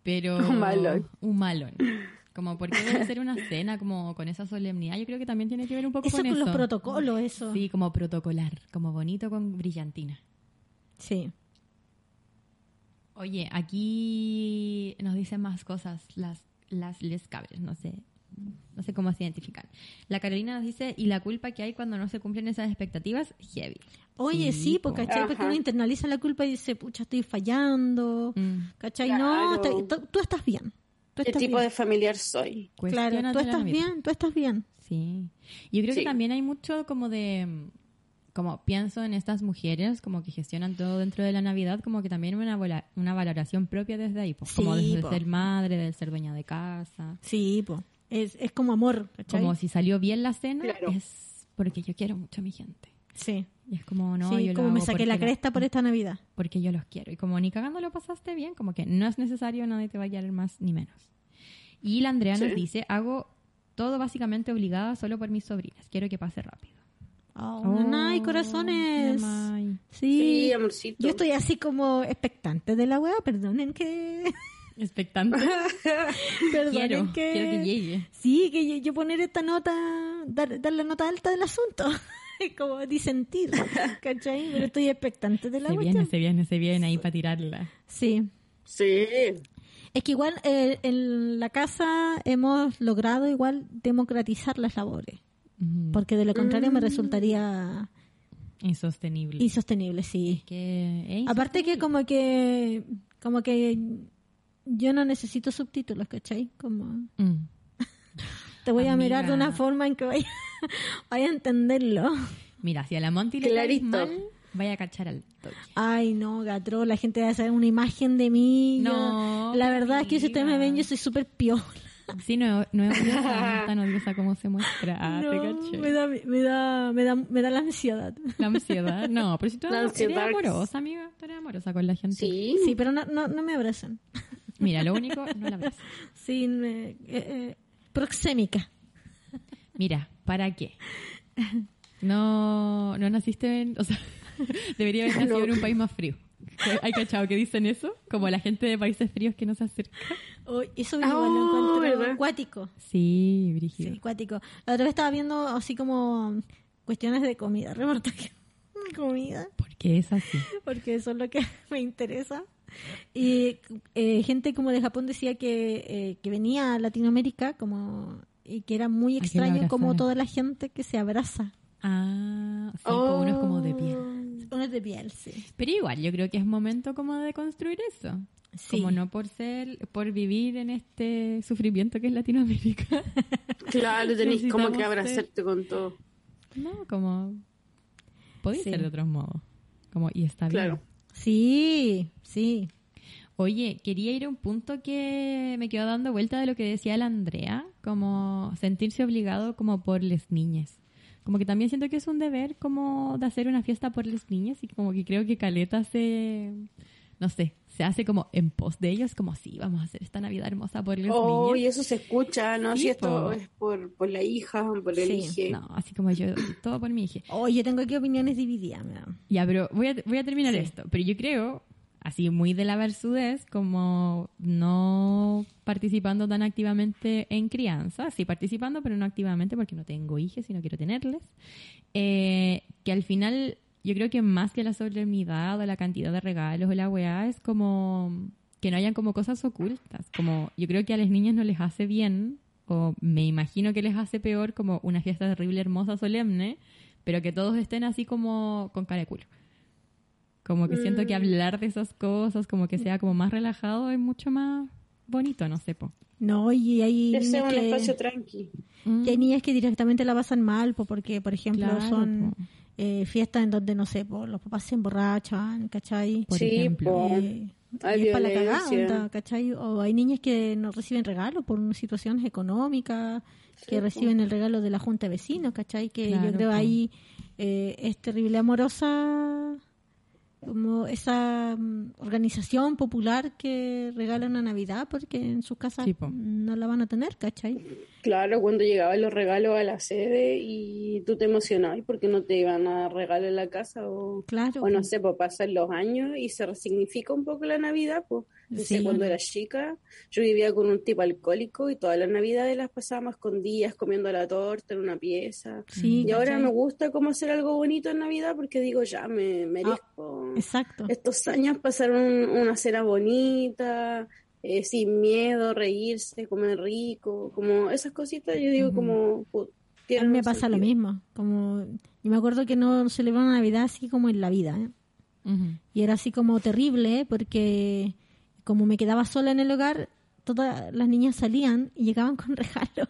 Speaker 3: Pero
Speaker 4: Un malón.
Speaker 3: Un malón. Como por qué debe ser una cena como con esa solemnidad. Yo creo que también tiene que ver un poco
Speaker 2: Eso
Speaker 3: con
Speaker 2: con
Speaker 3: eso.
Speaker 2: los protocolos, eso.
Speaker 3: Sí, como protocolar, como bonito con brillantina.
Speaker 2: Sí.
Speaker 3: Oye, aquí nos dicen más cosas las las les cables, no sé. No sé cómo se identifican. La Carolina nos dice, y la culpa que hay cuando no se cumplen esas expectativas, heavy.
Speaker 2: Oye, sí,
Speaker 3: po.
Speaker 2: porque, ¿cachai? Porque
Speaker 4: Ajá.
Speaker 2: uno internaliza la culpa y dice, pucha, estoy fallando.
Speaker 3: Mm.
Speaker 2: ¿Cachai?
Speaker 4: Claro.
Speaker 2: No, te- tú- tú estás bien. Tú
Speaker 4: ¿Qué
Speaker 2: estás
Speaker 4: tipo
Speaker 2: bien.
Speaker 4: de familiar soy?
Speaker 2: Claro, tú
Speaker 3: Cuestiónate la
Speaker 2: estás
Speaker 3: vida.
Speaker 2: bien, tú estás bien.
Speaker 3: Sí. Yo creo que
Speaker 4: Sí.
Speaker 3: también hay mucho como de como pienso en estas mujeres como que gestionan todo dentro de la Navidad, como que también una vola- una valoración propia desde ahí, pues, como
Speaker 2: Sí,
Speaker 3: desde
Speaker 2: po.
Speaker 3: ser madre, del ser dueña de casa,
Speaker 2: Sí, po. Es, es como amor, ¿cachai?
Speaker 3: como si salió bien la cena,
Speaker 4: Claro.
Speaker 3: es porque yo quiero mucho a mi gente.
Speaker 2: Sí.
Speaker 3: Y es como no,
Speaker 2: Sí,
Speaker 3: yo lo
Speaker 2: como me
Speaker 3: hago
Speaker 2: saqué
Speaker 3: porque
Speaker 2: la
Speaker 3: lo-
Speaker 2: cresta por esta Navidad.
Speaker 3: porque yo los quiero. Y como ni cagando lo pasaste bien, como que no es necesario, nadie te va a querer más ni menos. Y la Andrea nos
Speaker 4: Sí.
Speaker 3: dice, hago todo básicamente obligada solo por mis sobrinas, quiero que pase rápido.
Speaker 2: Oh,
Speaker 3: Ay,
Speaker 2: nanay, corazones.
Speaker 3: mamay.
Speaker 2: Sí.
Speaker 4: Sí, amorcito.
Speaker 2: Yo estoy así como expectante de la weá, perdonen que...
Speaker 3: Expectante.
Speaker 2: perdonen
Speaker 3: quiero,
Speaker 2: que...
Speaker 3: quiero que llegue.
Speaker 2: Sí, que yo, yo poner esta nota, dar, dar la nota alta del asunto. Es como disentir, ¿cachai? Pero estoy expectante de la
Speaker 3: Se viene,
Speaker 2: cuestión.
Speaker 3: se viene, se viene ahí para tirarla.
Speaker 2: Sí.
Speaker 4: Sí.
Speaker 2: Es que igual eh, en la casa hemos logrado igual democratizar las labores.
Speaker 3: Mm,
Speaker 2: Porque de lo contrario me resultaría
Speaker 3: Insostenible.
Speaker 2: insostenible, sí.
Speaker 3: Que, eh,
Speaker 2: Aparte que como que como que yo no necesito subtítulos, ¿cachai? Como
Speaker 3: mm.
Speaker 2: te voy a
Speaker 3: Amiga.
Speaker 2: mirar de una forma en que vaya, vaya a entenderlo.
Speaker 3: Mira, si a la Monty le caes
Speaker 4: Clarito.
Speaker 3: mal, vaya a cachar al toque.
Speaker 2: Ay, no, gatro, la gente va a saber una imagen de mí. yo-
Speaker 3: No,
Speaker 2: la verdad es que si
Speaker 3: amiga.
Speaker 2: ustedes me ven yo soy súper piola.
Speaker 3: Sí, no, no es odiosa, no es tan odiosa como se muestra. Ah, te
Speaker 2: No,
Speaker 3: caché.
Speaker 2: me da me da me da me da la ansiedad.
Speaker 3: La ansiedad. No, pero si tú
Speaker 4: La
Speaker 3: eres, eres
Speaker 4: ansiedad.
Speaker 3: amorosa, amiga. Tú eres amorosa con la gente.
Speaker 4: Sí.
Speaker 2: Sí, pero no, no, no me abrazan.
Speaker 3: Mira, lo único, no la abrazas.
Speaker 2: Sí, me- eh, eh, proxémica.
Speaker 3: Mira, ¿para qué? No, no naciste en. O sea, debería haber nacido en un país más frío. ¿Hay cachado que dicen eso? Como la gente de países fríos que no se acerca.
Speaker 2: Oh, eso
Speaker 4: Ah,
Speaker 2: igual lo encuentro
Speaker 4: ¿verdad?
Speaker 2: acuático.
Speaker 3: Sí,
Speaker 2: Sí,
Speaker 3: Brígido.
Speaker 2: acuático. La otra vez estaba viendo así como cuestiones de comida, reportaje. Comida,
Speaker 3: Porque es así.
Speaker 2: porque eso es lo que me interesa. Y eh, gente como de Japón decía que, eh, que venía a Latinoamérica como y que era muy
Speaker 3: que la
Speaker 2: extraño como
Speaker 3: abrazara.
Speaker 2: toda la gente que se abraza.
Speaker 3: Ah, sí, pues uno es como de piel.
Speaker 4: Oh.
Speaker 2: Uno es de piel, sí.
Speaker 3: Pero igual, yo creo que es momento como de construir eso.
Speaker 2: Sí.
Speaker 3: Como no por ser, por vivir en este sufrimiento que es Latinoamérica.
Speaker 4: Claro, tenés como que
Speaker 3: Necesitamos
Speaker 4: abrazarte con todo.
Speaker 3: No, como. Podéis
Speaker 2: Sí.
Speaker 3: ser de otros modos. Como, y está bien.
Speaker 4: Claro.
Speaker 2: Sí, sí.
Speaker 3: Oye, quería ir a un punto que me quedó dando vuelta de lo que decía la Andrea, como sentirse obligado como por las niñas. Como que también siento que es un deber como de hacer una fiesta por las niñas y como que creo que Caleta se, no sé, se hace como en pos de ellos, como sí, vamos a hacer esta Navidad hermosa por las
Speaker 4: Oh, y
Speaker 3: niñas.
Speaker 4: eso se escucha, ¿no?
Speaker 3: Sí,
Speaker 4: si esto
Speaker 3: po.
Speaker 4: es por, por la hija, por el
Speaker 2: Sí,
Speaker 4: hijo.
Speaker 3: No, así como yo, todo por mi hija.
Speaker 2: Oye, yo tengo aquí opiniones divididas. mira.
Speaker 3: Ya, pero voy a, voy a terminar
Speaker 2: Sí.
Speaker 3: esto. Pero yo creo, así muy de la versudez, como no participando tan activamente en crianza, sí participando, pero no activamente porque no tengo hijos y no quiero tenerles, eh, que al final yo creo que más que la solemnidad o la cantidad de regalos o la weá es como que no hayan como cosas ocultas. Como yo creo que a las niñas no les hace bien, o me imagino que les hace peor como una fiesta terrible, hermosa, solemne, pero que todos estén así como con cara de culo. Como que siento
Speaker 2: Mm.
Speaker 3: que hablar de esas cosas, como que sea como más relajado, es mucho más bonito, no sé. po.
Speaker 2: No, y hay
Speaker 4: Debe ser
Speaker 2: niñas
Speaker 4: un
Speaker 2: que,
Speaker 4: espacio tranqui.
Speaker 2: que hay niñas que directamente la pasan mal po, porque, por ejemplo,
Speaker 3: Claro,
Speaker 2: son
Speaker 3: po.
Speaker 2: eh, fiestas en donde, no sé, po, los papás se emborrachan, ¿cachai?
Speaker 3: Por
Speaker 4: sí,
Speaker 3: ejemplo.
Speaker 4: po.
Speaker 2: Eh,
Speaker 4: Hay
Speaker 2: y es para la
Speaker 4: violencia.
Speaker 2: cagada, onda, ¿cachai? O hay niñas que no reciben regalos por situaciones económicas, que
Speaker 4: po.
Speaker 2: reciben el regalo de la Junta de Vecinos, ¿cachai? Que yo
Speaker 3: Claro,
Speaker 2: creo
Speaker 3: po.
Speaker 2: ahí eh, es terrible amorosa como esa mm, organización popular que regala una Navidad porque en sus casas
Speaker 3: Sí, po.
Speaker 2: no la van a tener, ¿cachai?
Speaker 4: Claro, cuando llegaban los regalos a la sede y tú te emocionabas porque no te iban a regalar en la casa o,
Speaker 2: Claro.
Speaker 4: o no
Speaker 2: po.
Speaker 4: sé, pues pasan los años y se resignifica un poco la Navidad, pues. No sé,
Speaker 2: Sí.
Speaker 4: cuando era chica, yo vivía con un tipo alcohólico y todas las Navidades las pasábamos escondidas, comiendo la torta en una pieza.
Speaker 2: Sí,
Speaker 4: Y ahora
Speaker 2: ¿cachai?
Speaker 4: me gusta como hacer algo bonito en Navidad porque digo, ya me
Speaker 2: Ah,
Speaker 4: merezco.
Speaker 2: Exacto.
Speaker 4: Estos años pasaron una cena bonita, eh, sin miedo, reírse, comer rico, como esas cositas. Yo digo, como. pu-
Speaker 2: A
Speaker 4: tienen
Speaker 2: mí me
Speaker 4: un
Speaker 2: pasa lo
Speaker 4: sentido.
Speaker 2: mismo. Como, yo me acuerdo que no celebraron Navidad así como en la vida, ¿eh?
Speaker 3: Ujú.
Speaker 2: Y era así como terrible, porque como me quedaba sola en el hogar, todas las niñas salían y llegaban con regalo.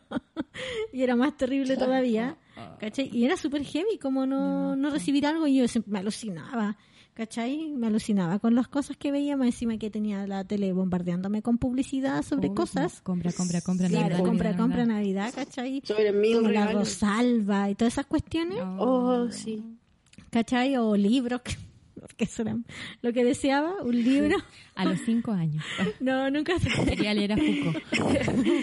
Speaker 2: y era más terrible todavía. ¿Cachai? Y era súper heavy, como no, no recibir algo y yo se- me alucinaba. ¿Cachai? Me alucinaba con las cosas que veía, más encima que tenía la tele bombardeándome con publicidad sobre
Speaker 3: Obvio.
Speaker 2: cosas.
Speaker 3: Compra, compra, compra.
Speaker 2: Claro,
Speaker 3: Navidad,
Speaker 2: compra,
Speaker 3: Navidad,
Speaker 2: compra
Speaker 3: Navidad.
Speaker 2: Navidad, ¿cachai?
Speaker 4: Sobre mil
Speaker 2: Como la
Speaker 4: regalos.
Speaker 2: Rosalba y todas esas cuestiones.
Speaker 4: Oh, sí.
Speaker 2: ¿cachai? O libros, que- porque eso era lo que deseaba, un libro.
Speaker 3: A los cinco años.
Speaker 2: No, nunca
Speaker 3: Quería leer a Foucault.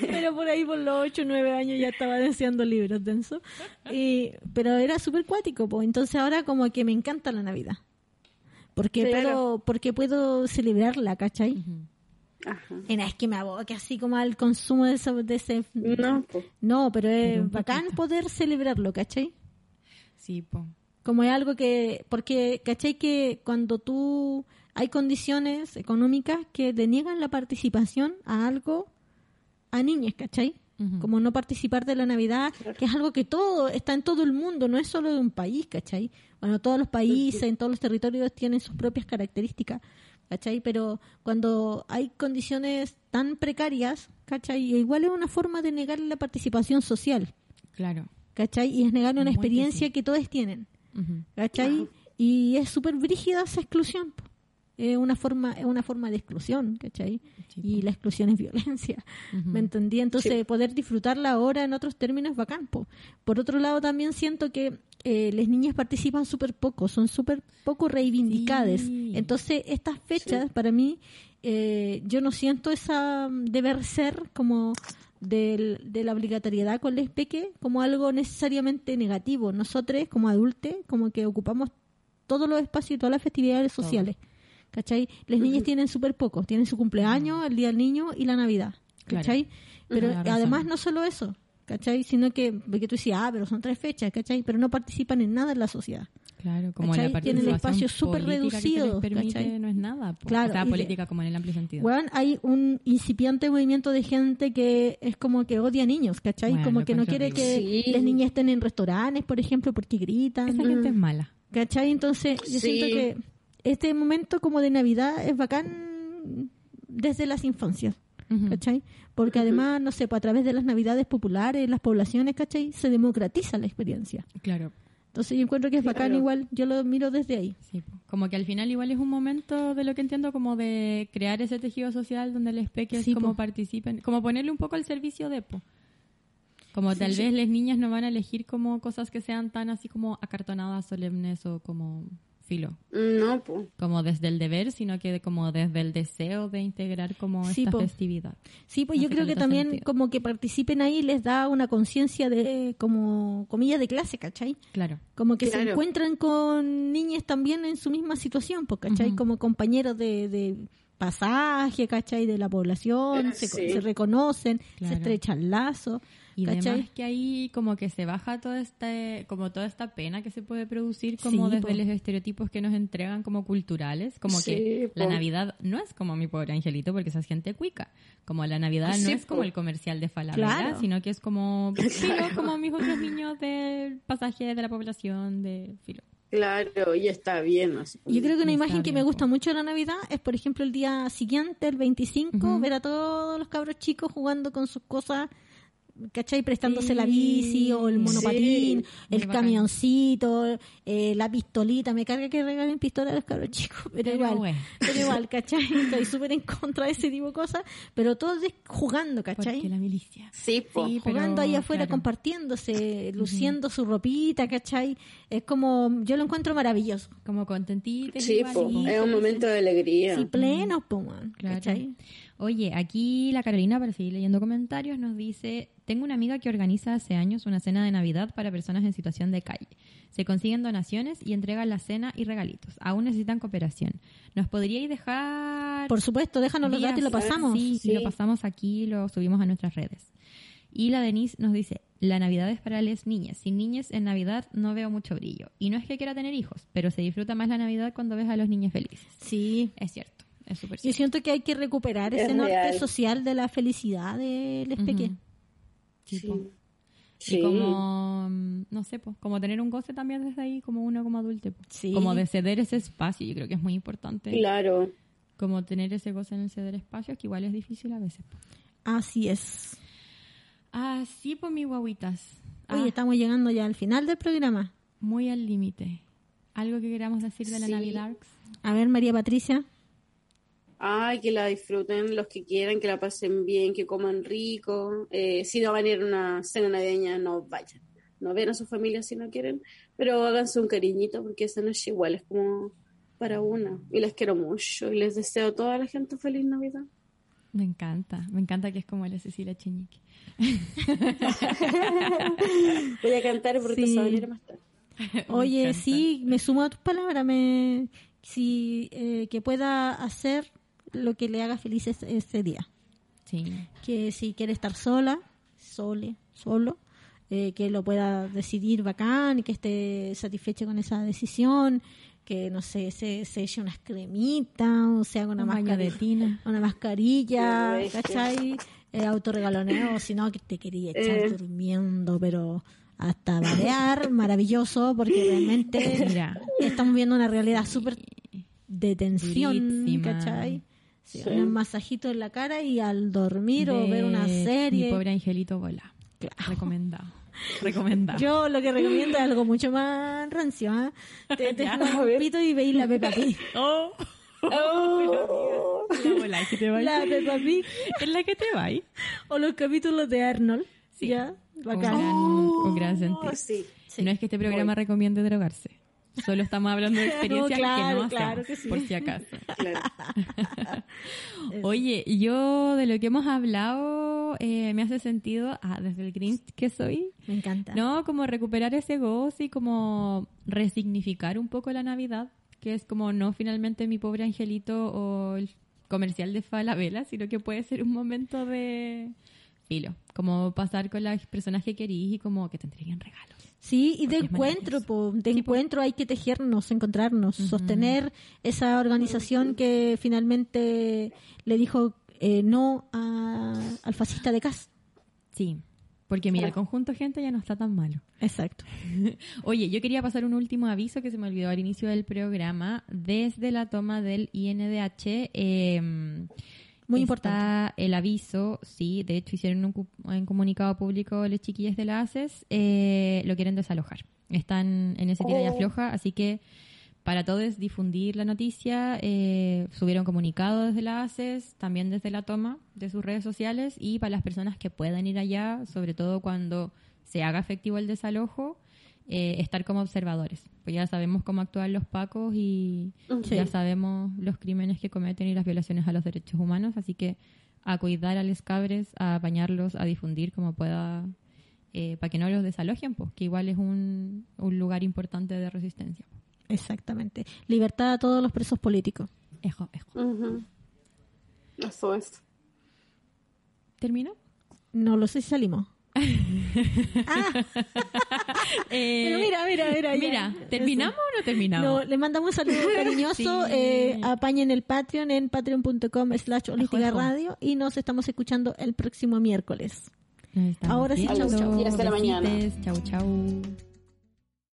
Speaker 2: Pero por ahí, por los 8 o 9 años, ya estaba deseando libros denso. Y, pero era súper cuático, pues. Entonces ahora como que me encanta la Navidad. Porque,
Speaker 4: Claro.
Speaker 2: puedo, porque puedo celebrarla, ¿cachai?
Speaker 4: Ajá.
Speaker 2: Y nada, es que me aboque así como al consumo de, esa- de ese...
Speaker 4: No, pues.
Speaker 2: No, pero es
Speaker 3: Mm. Pero un
Speaker 2: bacán
Speaker 3: poquito.
Speaker 2: poder celebrarlo, ¿cachai?
Speaker 3: Sí, po.
Speaker 2: como es algo que porque caché que cuando tú hay condiciones económicas que deniegan la participación a algo a niñas, ¿cachai?
Speaker 3: Ujú.
Speaker 2: Como no participar de la Navidad, que es algo que todo está en todo el mundo, no es solo de un país, ¿cachai? Bueno, todos los países, en todos los territorios tienen sus propias características, ¿cachai? Pero cuando hay condiciones tan precarias, ¿cachai? Igual es una forma de negar la participación social,
Speaker 3: Claro.
Speaker 2: ¿cachai? Y es negar una
Speaker 3: Muy que
Speaker 2: experiencia que todos tienen.
Speaker 3: Ujú.
Speaker 2: ¿cachai? Y es súper brígida esa exclusión. po. Es una forma, es una forma de exclusión, ¿cachai?
Speaker 3: Sí,
Speaker 2: y la exclusión es violencia.
Speaker 3: Ujú.
Speaker 2: ¿Me entendí? Entonces, poder disfrutarla ahora en otros términos es bacán. po. Por otro lado, también siento que eh, las niñas participan súper poco, son súper poco reivindicadas.
Speaker 3: Sí.
Speaker 2: Entonces, estas fechas, para mí, eh, yo no siento esa mm, deber ser como del- de la obligatoriedad con les peque como algo necesariamente negativo. Nosotros, como adultos, como que ocupamos todos los espacios y todas las festividades sociales. ¿Cachai? Las niñas tienen súper poco. Tienen su
Speaker 3: Mm.
Speaker 2: cumpleaños, el Día del Niño y la Navidad.
Speaker 3: Claro.
Speaker 2: ¿Cachai? Pero
Speaker 3: Tienes razón.
Speaker 2: además no solo eso, ¿cachai? Sino que, porque tú decías, ah, pero son tres fechas, ¿cachai? Pero no participan en nada en la sociedad.
Speaker 3: Claro, como
Speaker 2: ¿Cachai?
Speaker 3: la participación
Speaker 2: Tienen el espacio súper
Speaker 3: política que se les
Speaker 2: reducido,
Speaker 3: permite
Speaker 2: ¿cachai?
Speaker 3: no es nada. po.
Speaker 2: Claro,
Speaker 3: O sea,
Speaker 2: y-
Speaker 3: política como en el amplio sentido.
Speaker 2: Weón, hay un incipiente movimiento de gente que es como que odia niños, ¿cachai?
Speaker 3: Weón,
Speaker 2: como
Speaker 3: lo
Speaker 2: que no quiere
Speaker 3: encuentro
Speaker 2: que
Speaker 4: horrible. Sí.
Speaker 2: las niñas estén en restaurantes, por ejemplo, porque gritan,
Speaker 3: Esa gente es mala.
Speaker 2: ¿cachai? Entonces, yo
Speaker 4: Sí.
Speaker 2: siento que este momento como de Navidad es bacán desde las infancias.
Speaker 4: Mm.
Speaker 3: Ujú.
Speaker 2: ¿cachai? Porque además, no sé, pues, a través de las navidades populares, las poblaciones, ¿cachai? Se democratiza la experiencia.
Speaker 3: Claro.
Speaker 2: Entonces yo encuentro que es bacán
Speaker 4: Claro.
Speaker 2: igual, yo lo miro desde ahí.
Speaker 3: Sí, po. como que al final igual es un momento de lo que entiendo como de crear ese tejido social donde les peques
Speaker 2: Sí,
Speaker 3: como
Speaker 2: po.
Speaker 3: participen, como ponerle un poco al servicio de po. Como tal vez las niñas no van a elegir como cosas que sean tan así como acartonadas, solemnes o como filo,
Speaker 4: No, pues.
Speaker 3: como desde el deber, sino que como desde el deseo de integrar como
Speaker 2: Sí,
Speaker 3: esta
Speaker 2: po.
Speaker 3: festividad.
Speaker 2: Sí, pues
Speaker 3: No
Speaker 2: yo
Speaker 3: sé
Speaker 2: creo
Speaker 3: cuál
Speaker 2: que
Speaker 3: es el
Speaker 2: también
Speaker 3: sentido.
Speaker 2: como que participen ahí les da una conciencia de, como, comillas de clase, ¿cachai?
Speaker 3: Claro.
Speaker 2: Como que se
Speaker 4: Claro.
Speaker 2: encuentran con niñas también en su misma situación, pues, ¿cachai?
Speaker 3: Ujú.
Speaker 2: Como compañeros de, de pasaje, ¿cachai? De la población,
Speaker 4: Eh,
Speaker 2: se,
Speaker 4: sí.
Speaker 2: se reconocen,
Speaker 3: Claro.
Speaker 2: se estrechan lazos,
Speaker 3: Y
Speaker 2: ¿cachai?
Speaker 3: además que ahí como que se baja toda este, como toda esta pena que se puede producir como
Speaker 2: Sí,
Speaker 3: desde
Speaker 2: po.
Speaker 3: los estereotipos que nos entregan como culturales, como que
Speaker 4: Sí,
Speaker 3: la
Speaker 4: po.
Speaker 3: Navidad no es como mi pobre angelito porque esa es gente cuica, como la Navidad no
Speaker 4: Sí,
Speaker 3: es como
Speaker 4: po.
Speaker 3: el comercial de Falabella,
Speaker 2: Claro.
Speaker 3: sino que es como filo, como mis otros niños del pasaje de la población de filo.
Speaker 4: Claro, y está bien. así como-
Speaker 2: Yo creo que una
Speaker 3: Está
Speaker 2: imagen que
Speaker 3: bien,
Speaker 2: me
Speaker 3: po.
Speaker 2: gusta mucho de la Navidad es, por ejemplo, el día siguiente, el 25,
Speaker 3: Ujú.
Speaker 2: ver a todos los cabros chicos jugando con sus cosas, ¿cachai? Prestándose la
Speaker 3: Sí.
Speaker 2: bici o el monopatín,
Speaker 4: Sí.
Speaker 2: el
Speaker 3: Muy bacán.
Speaker 2: camioncito, eh, la pistolita. Me carga que regalen pistola a los cabros chicos, pero, igual.
Speaker 3: bueno,
Speaker 2: Pero igual, ¿cachai? Estoy súper en contra de ese tipo de cosas, pero todos es jugando, ¿cachai?
Speaker 3: porque la milicia.
Speaker 4: Sí, po.
Speaker 3: Sí, pero,
Speaker 2: jugando ahí afuera,
Speaker 3: claro.
Speaker 2: compartiéndose, luciendo su ropita, ¿cachai? Es como, yo lo encuentro maravilloso.
Speaker 3: Como contentita.
Speaker 4: Sí,
Speaker 3: igual,
Speaker 4: po.
Speaker 3: y
Speaker 4: Es un
Speaker 3: felices.
Speaker 4: momento de alegría.
Speaker 2: Sí, pleno, po, weón,
Speaker 3: Claro.
Speaker 2: ¿cachai?
Speaker 3: Oye, aquí la Carolina, para seguir leyendo comentarios, nos dice, tengo una amiga que organiza hace años una cena de Navidad para personas en situación de calle. Se consiguen donaciones y entregan la cena y regalitos. Aún necesitan cooperación. ¿Nos podríais dejar...
Speaker 2: Por supuesto, déjanos los
Speaker 3: días?
Speaker 2: datos y lo pasamos.
Speaker 3: Sí,
Speaker 4: Sí.
Speaker 3: lo pasamos aquí, lo subimos a nuestras redes. Y la Denise nos dice, la Navidad es para las niñas. Sin niñas en Navidad no veo mucho brillo. Y no es que quiera tener hijos, pero se disfruta más la Navidad cuando ves a los niños felices.
Speaker 2: Sí.
Speaker 3: Es cierto, es súper
Speaker 2: Yo
Speaker 3: cierto.
Speaker 2: siento que hay que recuperar
Speaker 4: Es
Speaker 2: ese norte
Speaker 4: real.
Speaker 2: social de la felicidad de los
Speaker 3: Ujú.
Speaker 2: pequeños.
Speaker 4: Sí.
Speaker 3: Tipo,
Speaker 4: Sí.
Speaker 3: Y como, mm, no sé, pues, como tener un goce también desde ahí, como uno como adulto. pues.
Speaker 2: Sí.
Speaker 3: Como de ceder ese espacio, yo creo que es muy importante.
Speaker 4: Claro.
Speaker 3: Como tener ese goce en el ceder espacios, que igual es difícil a veces. pues.
Speaker 2: Así es.
Speaker 3: Ah, sí, pues, mis guaguitas. Ah,
Speaker 2: Oye, estamos llegando ya al final del programa.
Speaker 3: Muy al límite. ¿Algo que queramos decir de la
Speaker 4: Sí.
Speaker 3: Navidad?
Speaker 2: A ver, María Patricia.
Speaker 4: Ay, que la disfruten los que quieran, que la pasen bien, que coman rico. Eh, si no van a ir a una cena navideña, no vayan. No ven a su familia si no quieren, pero háganse un cariñito porque esa noche igual es como para una. Y les quiero mucho y les deseo a toda la gente feliz Navidad.
Speaker 3: Me encanta, me encanta que es como la Cecilia Cheñique.
Speaker 4: Voy a cantar porque
Speaker 2: Sí.
Speaker 4: se va a venir más tarde.
Speaker 2: Oye,
Speaker 3: encanta.
Speaker 2: sí, me sumo a tus palabras. Me... Sí, eh, que pueda hacer lo que le haga feliz es- ese día.
Speaker 3: Sí.
Speaker 2: que si quiere estar sola, sole, solo, eh, que lo pueda decidir bacán, que esté satisfecha con esa decisión, que no sé, se, se eche unas cremitas, o sea, una,
Speaker 3: Un baño de
Speaker 2: mascarilla,
Speaker 3: tina.
Speaker 2: una mascarilla,
Speaker 4: Qué bestia.
Speaker 2: ¿cachai? Eh, autorregaloneo, si no, que te quería echar
Speaker 4: Eh.
Speaker 2: durmiendo, pero hasta marear, maravilloso, porque realmente
Speaker 3: Mira.
Speaker 2: estamos viendo una realidad súper de tensión,
Speaker 3: Durísima.
Speaker 2: ¿cachai? Sí,
Speaker 4: Sí.
Speaker 2: Un masajito en la cara y al dormir o ver una
Speaker 3: de Mi
Speaker 2: serie.
Speaker 3: pobre angelito bola.
Speaker 2: Claro.
Speaker 3: Recomendado. Recomendado.
Speaker 2: Yo lo que recomiendo es algo mucho más rancio, ¿ah? Te, te fumas un pito y veis la Peppa Pig.
Speaker 3: Oh, la bola que te va.
Speaker 2: La Peppa Pig
Speaker 3: Es la que te va.
Speaker 2: o los capítulos de Arnold. ¿Ya?
Speaker 3: Con
Speaker 2: Bacán.
Speaker 3: gran, con gran sentido.
Speaker 4: Oh, sí.
Speaker 2: Sí.
Speaker 3: No es que este programa recomiende drogarse. Solo estamos hablando de experiencias que
Speaker 2: claro,
Speaker 3: no hacemos,
Speaker 2: claro que sí.
Speaker 3: por si acaso.
Speaker 4: Claro.
Speaker 3: Oye, yo de lo que hemos hablado eh, me hace sentido, ah, desde el Grinch que soy,
Speaker 2: Me encanta.
Speaker 3: No, como recuperar ese gozo y como resignificar un poco la Navidad, que es como no finalmente mi pobre angelito o el comercial de Falabella, sino que puede ser un momento de filo, como pasar con las personas que querís y como que te entreguen regalos.
Speaker 2: Sí, y de
Speaker 3: Porque es
Speaker 2: encuentro,
Speaker 3: maravilloso.
Speaker 2: po, de encuentro hay que tejernos, encontrarnos, sostener esa organización que finalmente le dijo eh, no a- al fascista de Cas.
Speaker 3: Sí, porque mira, el
Speaker 4: Claro.
Speaker 3: conjunto gente ya no está tan malo.
Speaker 2: Exacto.
Speaker 3: Oye, yo quería pasar un último aviso que se me olvidó al inicio del programa. Desde la toma del INDH, eh,
Speaker 2: Muy
Speaker 3: está
Speaker 2: importante.
Speaker 3: el aviso, sí. De hecho, hicieron un, cu- un comunicado público los chiquillos de la ACES. eh, lo quieren desalojar. Están en ese tira y
Speaker 4: Oh.
Speaker 3: afloja, así que para todos difundir la noticia, eh, subieron comunicado desde la ACES, también desde la toma de sus redes sociales y para las personas que puedan ir allá, sobre todo cuando se haga efectivo el desalojo, eh, estar como observadores. Pues ya sabemos cómo actúan los pacos y
Speaker 4: Sí.
Speaker 3: ya sabemos los crímenes que cometen y las violaciones a los derechos humanos, así que a cuidar a los cabres, a apañarlos, a difundir como pueda, para que no los desalojen, pues que igual es un, un lugar importante de resistencia.
Speaker 2: Exactamente. Libertad a todos los presos políticos.
Speaker 3: Ejo, ejo.
Speaker 4: Ujú. Eso es.
Speaker 3: ¿Termino?
Speaker 2: No lo sé si salimos.
Speaker 3: Eh,
Speaker 2: Pero mira, mira, mira. ya.
Speaker 3: mira, ¿terminamos o no
Speaker 2: No,
Speaker 3: terminamos?
Speaker 2: le mandamos un saludo cariñoso.
Speaker 3: Sí.
Speaker 2: eh, apañen el Patreon en patreon.com slash holística
Speaker 3: Ojo, ojo.
Speaker 2: radio y nos estamos escuchando el próximo miércoles.
Speaker 3: Nos estamos
Speaker 2: Ahora sí,
Speaker 3: viendo.
Speaker 2: chau, chau.
Speaker 4: Y hasta la mañana.
Speaker 3: Besitos, Chau, chau.